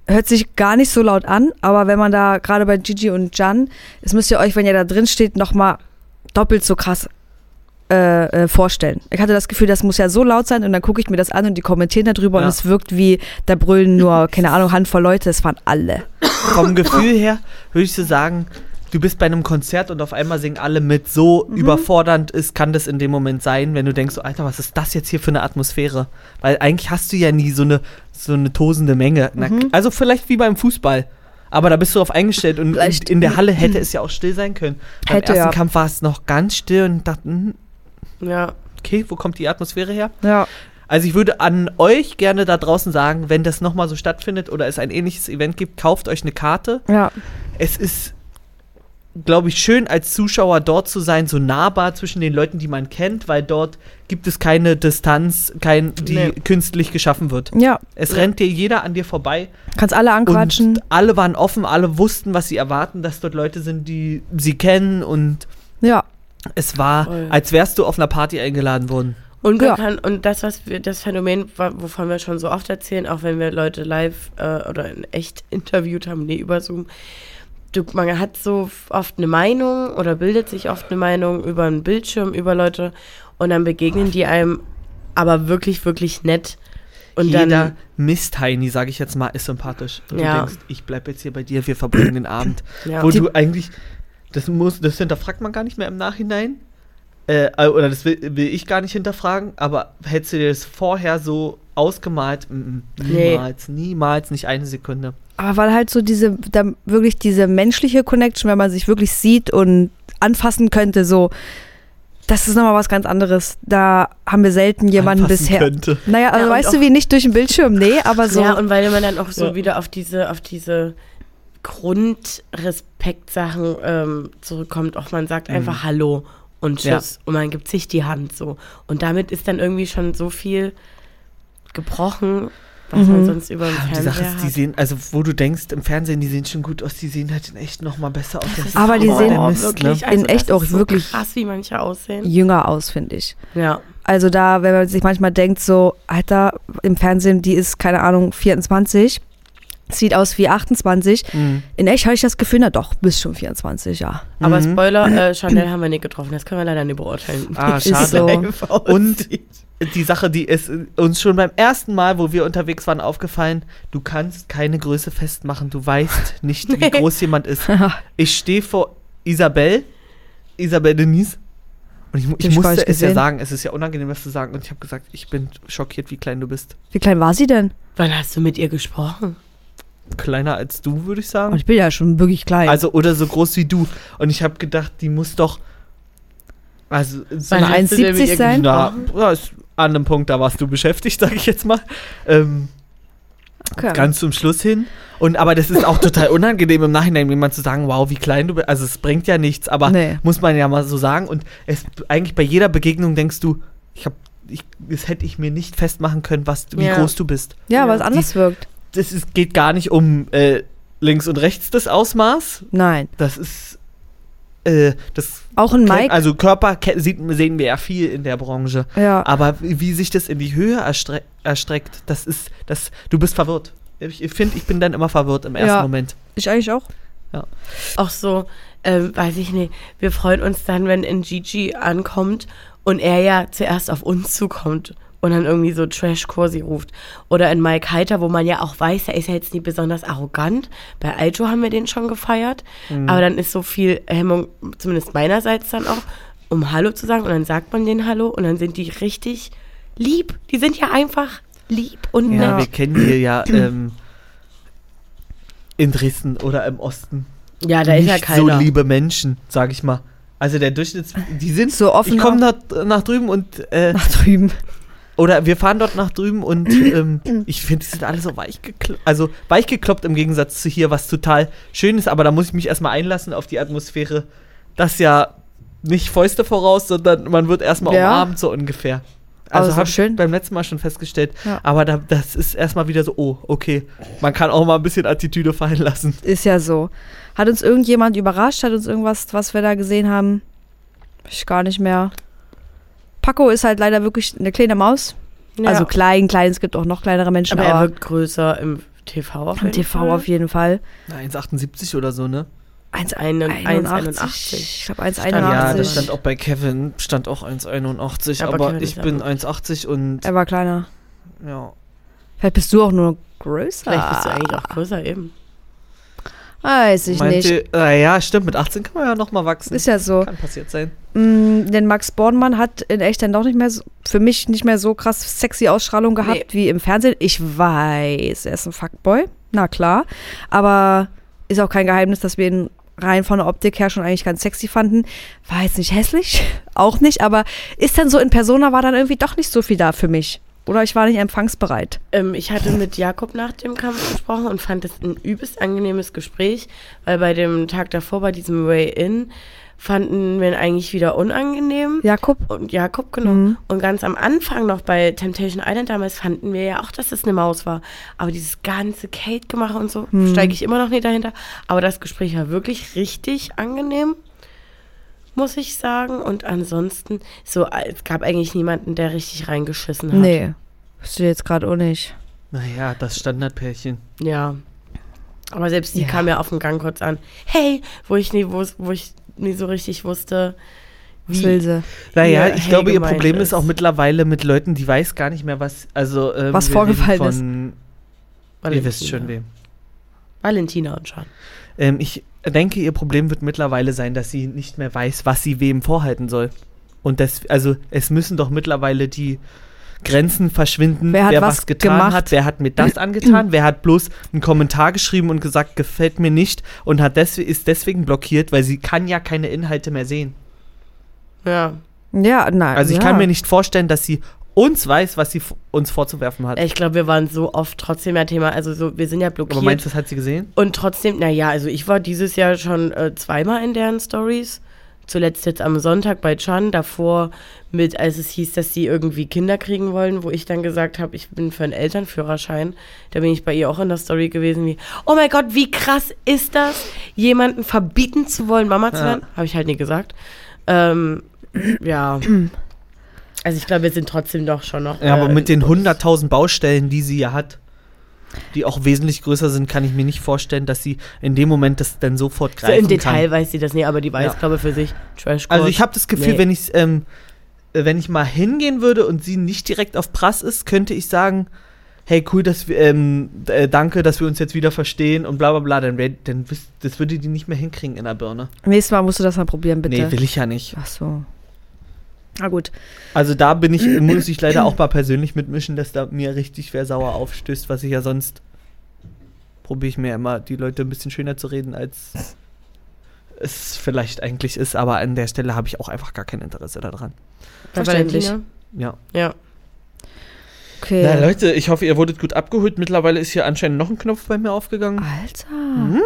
C: hört sich gar nicht so laut an. Aber wenn man da, gerade bei Gigi und Jan, das müsst ihr euch, wenn ihr da drin steht, nochmal doppelt so krass äh, äh, vorstellen. Ich hatte das Gefühl, das muss ja so laut sein und dann gucke ich mir das an und die kommentieren darüber
A: Ja.
C: und es wirkt wie, da brüllen nur, keine Ahnung, Handvoll Leute, es waren alle.
A: vom Gefühl her würde ich so sagen, du bist bei einem Konzert und auf einmal singen alle mit. So
C: Mhm.
A: überfordernd ist, kann das in dem Moment sein, wenn du denkst, so, Alter, was ist das jetzt hier für eine Atmosphäre? Weil eigentlich hast du ja nie so eine, so eine tosende Menge. Na,
C: Mhm.
A: Also vielleicht wie beim Fußball. Aber da bist du drauf eingestellt und in,
C: Vielleicht.
A: in der Halle hätte es ja auch still sein können. Beim
C: Hätte,
A: ersten
C: ja.
A: Kampf war es noch ganz still und dachte, hm,
B: Ja.
A: okay, wo kommt die Atmosphäre her?
C: Ja.
A: Also ich würde an euch gerne da draußen sagen, wenn das nochmal so stattfindet oder es ein ähnliches Event gibt, kauft euch eine Karte.
C: Ja.
A: Es ist, glaube ich, schön als Zuschauer dort zu sein, so nahbar zwischen den Leuten, die man kennt, weil dort gibt es keine Distanz, kein, die
B: Nee.
A: künstlich geschaffen wird.
C: Ja.
A: Es
B: Ja.
A: rennt dir jeder an dir vorbei
C: Kannst alle anquatschen.
A: und alle waren offen, alle wussten, was sie erwarten, dass dort Leute sind, die sie kennen und
C: ja.
A: es war,
B: Voll.
A: als wärst du auf einer Party eingeladen worden.
B: Und, wir
C: Ja.
B: kann, und das, was wir, das Phänomen, wa- wovon wir schon so oft erzählen, auch wenn wir Leute live äh, oder in echt interviewt haben, nee, über Zoom, du, man hat so f- oft eine Meinung oder bildet sich oft eine Meinung über einen Bildschirm, über Leute und dann begegnen die einem aber wirklich, wirklich nett. Und
A: Jeder
B: dann,
A: Mist-Heini, sage ich jetzt mal, ist sympathisch. Und
B: Ja.
A: Du denkst, ich bleib jetzt hier bei dir, wir verbringen den Abend.
B: ja,
A: Wo
C: Die-
A: du eigentlich, das muss, das hinterfragt man gar nicht mehr im Nachhinein. Äh, äh, oder das will, will ich gar nicht hinterfragen, aber hättest du dir das vorher so ausgemalt? Mm, mm,
B: Nee.
A: niemals, niemals, nicht eine Sekunde.
C: Aber weil halt so diese, da wirklich diese menschliche Connection, wenn man sich wirklich sieht und anfassen könnte, so, das ist nochmal was ganz anderes. Da haben wir selten jemanden
A: Anfassen
C: bisher.
A: Könnte.
C: Naja, also
B: Ja, und
C: weißt du,
B: auch-
C: wie nicht durch den Bildschirm, nee, aber so.
B: ja, und weil man dann auch so
A: Also Ja.
B: wieder auf diese, auf diese Grundrespektsachen ähm, zurückkommt, auch man sagt einfach Hallo und
A: Mhm. Ja.
B: Tschüss und man gibt sich die Hand so. Und damit ist dann irgendwie schon so viel gebrochen, was man sonst über den
A: Mhm. Ja, und die Sache
B: Fernseher
A: ist, Ah, die
B: hat.
A: sehen, also wo du denkst, im Fernsehen, die sehen schon gut aus, die sehen halt in echt nochmal besser aus. Das ist
C: aber die
A: auch
C: sehen-
A: der
C: Oh,
A: Mist, ne?
B: also
C: In echt
B: das
C: auch
B: ist so
C: wirklich-
B: krass, wie manche aussehen.
C: jünger aus, finde ich.
B: Ja,
C: Also da, wenn man sich manchmal denkt, so, Alter, im Fernsehen, die ist, keine Ahnung, 24, sieht aus wie 28.
A: Mhm.
C: In echt habe ich das Gefühl, na doch, bist schon 24, ja.
B: aber Spoiler, äh, Chanel haben wir nicht getroffen, das können wir leider nicht beurteilen.
A: Mhm. Ah,
C: Ist
A: schade.
C: so.
A: Und die Sache, die ist uns schon beim ersten Mal, wo wir unterwegs waren, aufgefallen, du kannst keine Größe festmachen. Du weißt nicht, wie
B: Nee.
A: groß jemand ist. Ich stehe vor Isabel, Isabel Denise. Und ich, mu- ich
C: Hab ich gar
A: musste
C: nicht
A: es ja
C: gesehen.
A: sagen, es ist ja unangenehm, das zu sagen. Und ich habe gesagt, ich bin schockiert, wie klein du bist.
C: Wie klein war sie denn?
B: Wann hast du mit ihr gesprochen?
A: Kleiner als du, würde ich
C: Und
A: sagen.
C: ich bin ja schon wirklich klein.
A: Also, oder so groß wie du. Und ich habe gedacht, die muss doch. Also, so
C: Eine
B: Wann hast du denn mit
C: 1,70
B: ihr
C: sein?
B: gesprochen?
A: Na, ja, ist an einem Punkt, da warst du beschäftigt, sage ich jetzt mal. Ähm,
C: okay.
A: Ganz zum Schluss hin. Und aber das ist auch total unangenehm im Nachhinein, jemand zu sagen, wow, wie klein du bist. Also es bringt ja nichts, aber
C: Nee.
A: muss man ja mal so sagen. Und es eigentlich bei jeder Begegnung denkst du, ich hab, ich, das hätte ich mir nicht festmachen können, was wie
B: Ja.
A: groß du bist.
C: ja,
B: Ja.
C: was anders wirkt.
A: Das ist, geht gar nicht um äh, links und rechts das Ausmaß.
C: Nein.
A: Das ist äh, das
C: Auch ein Mike,
A: also Körper ke- sieht, sehen wir ja viel in der Branche.
C: ja.
A: Aber wie wie sich das in die Höhe erstre erstreckt, das ist, das, du bist verwirrt. Ich ich finde, ich bin dann immer verwirrt im ersten
C: Ja.
A: Moment.
C: Ich eigentlich auch.
B: auch so, ähm, weiß ich nicht, wir freuen uns dann, wenn in Gigi ankommt und er ja zuerst auf uns zukommt und dann irgendwie so trash kursi ruft. Oder in Mike Heiter, wo man ja auch weiß, er ist ja jetzt nicht besonders arrogant. Bei Alto haben wir den schon gefeiert.
A: Mhm.
B: Aber dann ist so viel Hemmung, zumindest meinerseits dann auch, um Hallo zu sagen. Und dann sagt man den Hallo und dann sind die richtig lieb. Die sind ja einfach lieb und
A: Ja,
B: nett.
A: wir kennen hier ja ähm, in Dresden oder im Osten
B: Ja, da ist
A: nicht
B: ja keiner.
A: so liebe Menschen, sag ich mal. Also der Durchschnitts, die sind
C: So offen
A: Ich komme nach, nach drüben und äh,
C: Nach drüben.
A: oder wir fahren dort nach drüben und ähm, ich finde, die sind alle so weich gekloppt, also weich gekloppt im Gegensatz zu hier, was total schön ist, aber da muss ich mich erstmal einlassen auf die Atmosphäre. Das ist ja nicht Fäuste voraus, sondern man wird erstmal
C: Ja.
A: umarmt, so ungefähr.
C: Aber
A: Also
C: ist
A: habe
C: doch
A: ich
C: schön.
A: beim letzten Mal schon festgestellt,
C: Ja.
A: aber da, das ist erstmal wieder so, oh, okay, man kann auch mal ein bisschen Attitüde fallen lassen.
C: Ist ja so. Hat uns irgendjemand überrascht? Hat uns irgendwas, was wir da gesehen haben? Ich gar nicht mehr. Paco ist halt leider wirklich eine kleine Maus.
B: ja.
C: Also klein, klein. Es gibt auch noch kleinere Menschen,
B: aber
C: aber,
B: er wirkt größer im TV auf
C: im
B: jeden
C: TV
B: Fall.
C: auf jeden Fall.
A: Na, 1,78 oder so, ne?
C: 1,81.
B: 1,81.
C: Ich glaube 1,81.
B: Stand-
A: Ja, das
B: 81.
A: stand auch bei Kevin, stand auch 1,81,
B: Aber
A: aber,
B: Kevin
A: ich
B: ist ja
A: bin
B: gut.
A: 1,80 und
C: er war kleiner.
A: ja.
C: Vielleicht bist du auch nur größer. Ah.
B: Vielleicht bist du eigentlich auch größer eben.
C: Weiß ich
A: Meint
C: nicht.
A: ihr- Ah, ja, stimmt, mit 18 kann man ja nochmal wachsen.
C: Ist ja so.
A: Kann passiert sein.
C: Mm, denn Max Bornmann hat in echt dann doch nicht mehr, so, für mich nicht mehr so krass sexy Ausstrahlung gehabt
B: Nee.
C: wie im Fernsehen. Ich weiß, er ist ein Fuckboy, na klar. Aber ist auch kein Geheimnis, dass wir ihn rein von der Optik her schon eigentlich ganz sexy fanden. War jetzt nicht hässlich, auch nicht, aber ist dann so in Persona war dann irgendwie doch nicht so viel da für mich. Oder ich war nicht empfangsbereit.
B: Ähm, ich hatte mit Jakob nach dem Kampf gesprochen und fand es ein übelst angenehmes Gespräch, weil bei dem Tag davor, bei diesem Way-In, fanden wir ihn eigentlich wieder unangenehm.
C: Jakob?
B: Und Jakob, genau.
C: Mhm.
B: Und ganz am Anfang noch bei Temptation Island damals fanden wir ja auch, dass es eine Maus war. Aber dieses ganze Kate-Gemache und so
C: Mhm.
B: steige ich immer noch nicht dahinter. Aber das Gespräch war wirklich richtig angenehm, muss ich sagen. Und ansonsten, so, äh, es gab eigentlich niemanden, der richtig reingeschissen hat.
C: Nee. Wüsste ich jetzt gerade auch nicht.
A: Naja, das Standardpärchen.
B: Ja. Aber selbst die
C: Ja.
B: kam ja auf dem Gang kurz an. Hey, wo ich nie, wus- wo ich nie so richtig wusste,
C: Was
B: wie.
C: will sie?
A: Naja,
B: Ja,
A: ich
B: hey,
A: glaube, ihr
B: gemeint
A: Problem ist.
B: ist.
A: auch mittlerweile mit Leuten, die weiß gar nicht mehr, was, also, ähm,
C: Was
A: wir
C: vorgefallen
A: reden von, Ihr wisst schon wem.
B: Valentina anscheinend.
A: Ähm, ich denke, ihr Problem wird mittlerweile sein, dass sie nicht mehr weiß, was sie wem vorhalten soll. Und das, also es müssen doch mittlerweile die Grenzen verschwinden,
C: Wer hat was
A: getan
C: gemacht?
A: hat, wer hat mir das angetan, wer hat bloß einen Kommentar geschrieben und gesagt, gefällt mir nicht und hat des ist deswegen blockiert, weil sie kann ja keine Inhalte mehr sehen.
B: Ja.
C: Ja, nein.
A: Also ich
C: ja.
A: kann mir nicht vorstellen, dass sie uns weiß, was sie f- uns vorzuwerfen
C: Äh,
A: hat.
B: Ich glaube, wir waren so oft trotzdem ja Thema. Also so, wir sind ja blockiert.
A: Aber meinst du, das hat sie gesehen?
B: Und trotzdem, naja, also ich war dieses Jahr schon äh, zweimal in deren Stories. Zuletzt jetzt am Sonntag bei Chan, davor mit, als es hieß, dass sie irgendwie Kinder kriegen wollen, wo ich dann gesagt habe, ich bin für einen Elternführerschein. Da bin ich bei ihr auch in der Story gewesen, wie, oh mein Gott, wie krass ist das, jemanden verbieten zu wollen, Mama zu
A: Ja.
B: werden? Habe ich halt nie gesagt. Ähm, ja. Also ich glaube, wir sind trotzdem doch schon noch.
A: Ja, aber
B: äh,
A: mit den
B: in-
A: 100.000 Baustellen, die sie ja hat, die auch wesentlich größer sind, kann ich mir nicht vorstellen, dass sie in dem Moment das dann sofort
B: So
A: greifen
B: im
A: kann.
B: Detail weiß sie das nicht, aber die
A: Ja.
B: weiß, glaube ich, für sich, trash
A: Also ich habe das Gefühl,
B: Nee.
A: wenn ich ähm, äh, wenn ich mal hingehen würde und sie nicht direkt auf Prass ist, könnte ich sagen, hey cool, dass wir ähm, d- äh, danke, dass wir uns jetzt wieder verstehen und bla bla bla, dann, wär, dann wüs- das würde die nicht mehr hinkriegen in der Birne.
C: Nächstes Mal musst du das mal probieren, bitte.
A: Nee, will ich ja nicht.
C: Ach so. Na gut.
A: Also da bin ich muss ich leider auch mal persönlich mitmischen, dass da mir richtig wer sauer aufstößt, was ich ja sonst probiere ich mir immer die Leute ein bisschen schöner zu reden als es vielleicht eigentlich ist, aber an der Stelle habe ich auch einfach gar kein Interesse daran.
C: Verständlich.
B: Valentina?
A: Ja.
B: Ja.
C: Okay.
A: Na Leute, ich hoffe, ihr wurdet gut abgeholt. Mittlerweile ist hier anscheinend noch ein Knopf bei mir aufgegangen.
C: Alter.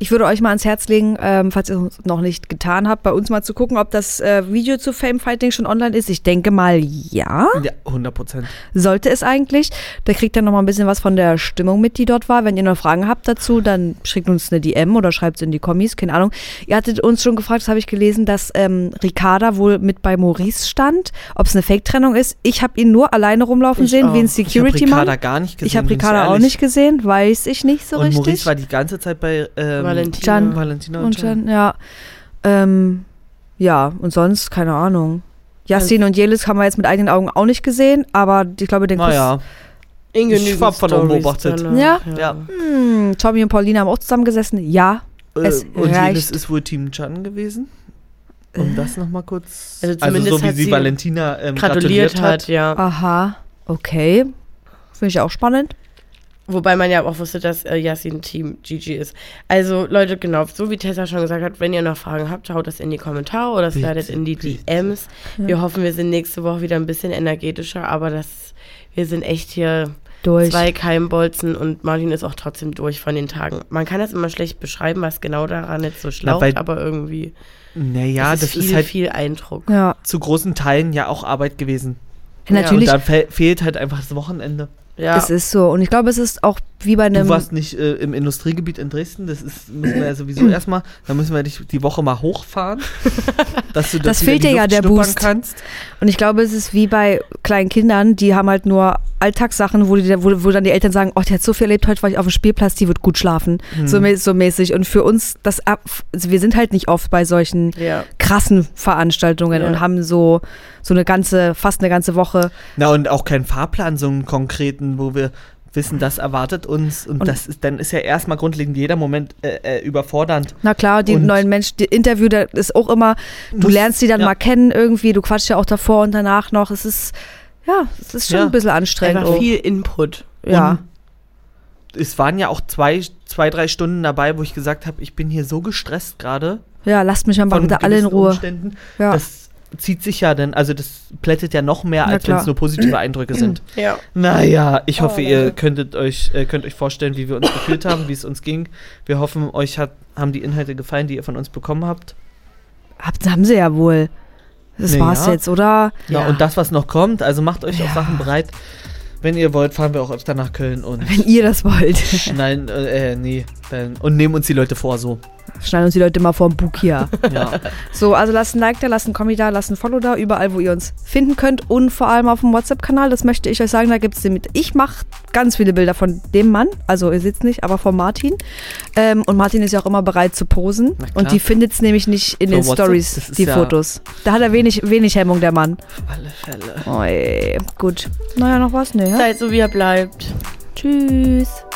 C: Ich würde euch mal ans Herz legen, ähm, falls ihr es noch nicht getan habt, bei uns mal zu gucken, ob das äh, Video zu Fame Fighting schon online ist. Ich denke mal, ja.
A: Ja, 100 Prozent.
C: Sollte es eigentlich. Da kriegt ihr noch mal ein bisschen was von der Stimmung mit, die dort war. Wenn ihr noch Fragen habt dazu, dann schickt uns eine DM oder schreibt es in die Kommis, keine Ahnung. Ihr hattet uns schon gefragt, das habe ich gelesen, dass ähm, Ricarda wohl mit bei Maurice stand. Ob es eine Fake-Trennung ist. Ich habe ihn nur alleine rumlaufen
B: Ich
C: sehen, wie
B: auch.
C: ein
A: Ich habe
C: Security-Mann.
A: Ricarda gar nicht gesehen.
C: Ich habe
A: bin
C: Ricarda auch
A: ehrlich.
C: nicht gesehen, weiß ich nicht so
A: Und
C: richtig.
A: Maurice war die ganze Zeit bei ähm,
B: Valentina.
C: Jan.
A: Valentina und,
C: Und
A: Jan.
C: dann, ja. Ähm, ja, und sonst, keine Ahnung. Jasmin und Jelis haben wir jetzt mit eigenen Augen auch nicht gesehen, aber ich glaube, den Kuss.
A: Naja, Ich war von oben beobachtet.
C: Ja?
A: äh, Ja.
C: Hm, Tommy und Pauline haben auch zusammengesessen. Ja.
A: äh,
C: Es
A: und jenes
C: reicht.
A: ist wohl Team Jan gewesen. Um das nochmal kurz.
B: Also zumindest
A: so wie
B: hat
A: sie
B: sie
A: Valentina ähm,
B: Gratuliert hat, ja.
C: Aha. Okay. Finde ich auch spannend.
B: Wobei man ja auch wusste, dass äh, Yassin Team Gigi ist. Also Leute, genau, so wie Tessa schon gesagt hat, wenn ihr noch Fragen habt, haut das in die Kommentare oder
A: Bitte,
B: slidet in die
A: bitte.
B: DMs.
C: Ja.
B: Wir hoffen, wir sind nächste Woche wieder ein bisschen energetischer, aber das, wir sind echt hier
C: Durch.
B: zwei Keimbolzen und Martin ist auch trotzdem durch von den Tagen. Man kann das immer schlecht beschreiben, was genau daran jetzt so schlaucht,
A: weil-
B: aber irgendwie
A: Naja,
B: es
A: das,
B: viel,
A: ist halt
B: viel Eindruck.
C: Ja.
A: zu großen Teilen ja auch Arbeit gewesen.
C: Natürlich,
A: Und da fe fehlt halt einfach das Wochenende.
B: Ja.
C: es ist so. Und ich glaube, es ist auch wie bei
A: Du
C: einem.
A: warst nicht äh, im Industriegebiet in Dresden, das ist, müssen wir ja sowieso erstmal, da müssen wir dich die Woche mal hochfahren, dass du
C: Das
A: wieder
C: fehlt
A: die
C: dir ja,
A: Luft
C: der
A: schnuppern
C: Boost.
A: kannst.
C: Und ich glaube, es ist wie bei kleinen Kindern, die haben halt nur Alltagssachen, wo, die, wo, wo dann die Eltern sagen, oh, der hat so viel erlebt heute, war ich auf dem Spielplatz, die wird gut schlafen. So, mä- so mäßig. Und für uns, das ab, also wir sind halt nicht oft bei solchen
B: ja.
C: krassen Veranstaltungen
B: Ja.
C: und haben so, so eine ganze, fast eine ganze Woche.
A: Na und auch keinen Fahrplan, so einen konkreten, wo wir wissen, das erwartet uns und,
C: Und-
A: das ist, dann ist ja erstmal grundlegend jeder Moment äh, äh, überfordernd.
C: Na klar, die
A: Und-
C: neuen Menschen, die Interview, da ist auch immer, du
A: Muss-
C: lernst die dann
A: ja.
C: mal kennen irgendwie, du quatschst ja auch davor und danach noch. Es ist, ja, es ist schon
A: Ja.
C: ein bisschen anstrengend.
B: Einfach
C: Auch.
B: viel Input.
C: Ja.
A: Es waren ja auch zwei, zwei, drei Stunden dabei, wo ich gesagt habe, ich bin hier so gestresst gerade.
C: ja, lasst mich einfach
A: von
C: bitte alle in
A: gewissen
C: Ruhe.
A: Umständen.
C: Ja.
A: Das zieht sich ja dann, also das plättet ja noch mehr,
C: Na
A: als wenn es
C: klar.
A: nur positive Eindrücke sind.
B: Ja.
A: Naja, ich hoffe,
C: Oh,
A: ihr
C: Leute.
A: könntet euch, äh, könnt euch vorstellen, wie wir uns gefühlt haben, wie es uns ging. Wir hoffen, euch hat, haben die Inhalte gefallen, die ihr von uns bekommen habt.
C: Habt, haben sie ja wohl. Das
A: Na
C: war's
A: ja.
C: jetzt, oder?
A: Ja.
B: Ja.
A: und das, was noch kommt, also macht euch auf
C: Ja.
A: Sachen bereit. Wenn ihr wollt, fahren wir auch öfter nach Köln und
C: Wenn ihr das wollt.
A: schneiden, äh, äh, nee, dann, und nehmen uns die Leute vor, so.
C: Schneiden uns die Leute mal vor dem Bug hier.
A: Ja.
C: So, also lasst ein Like da, lasst ein Kommi da, lasst ein Follow da, überall, wo ihr uns finden könnt und vor allem auf dem WhatsApp-Kanal, das möchte ich euch sagen, da gibt's den mit. Ich mache ganz viele Bilder von dem Mann, also ihr seht's nicht, aber von Martin. Ähm, und Martin ist ja auch immer bereit zu posen
A: Na klar.
C: und die findet's nämlich nicht in
A: So,
C: den
A: WhatsApp, das
C: Stories,
A: ist
C: die
A: ja-
C: Fotos. Da hat er wenig, wenig Hemmung, der Mann.
A: Auf alle Fälle.
C: Oi, gut. Naja, noch was? Ne, ja?
B: Seid so, wie ihr bleibt.
C: Tschüss.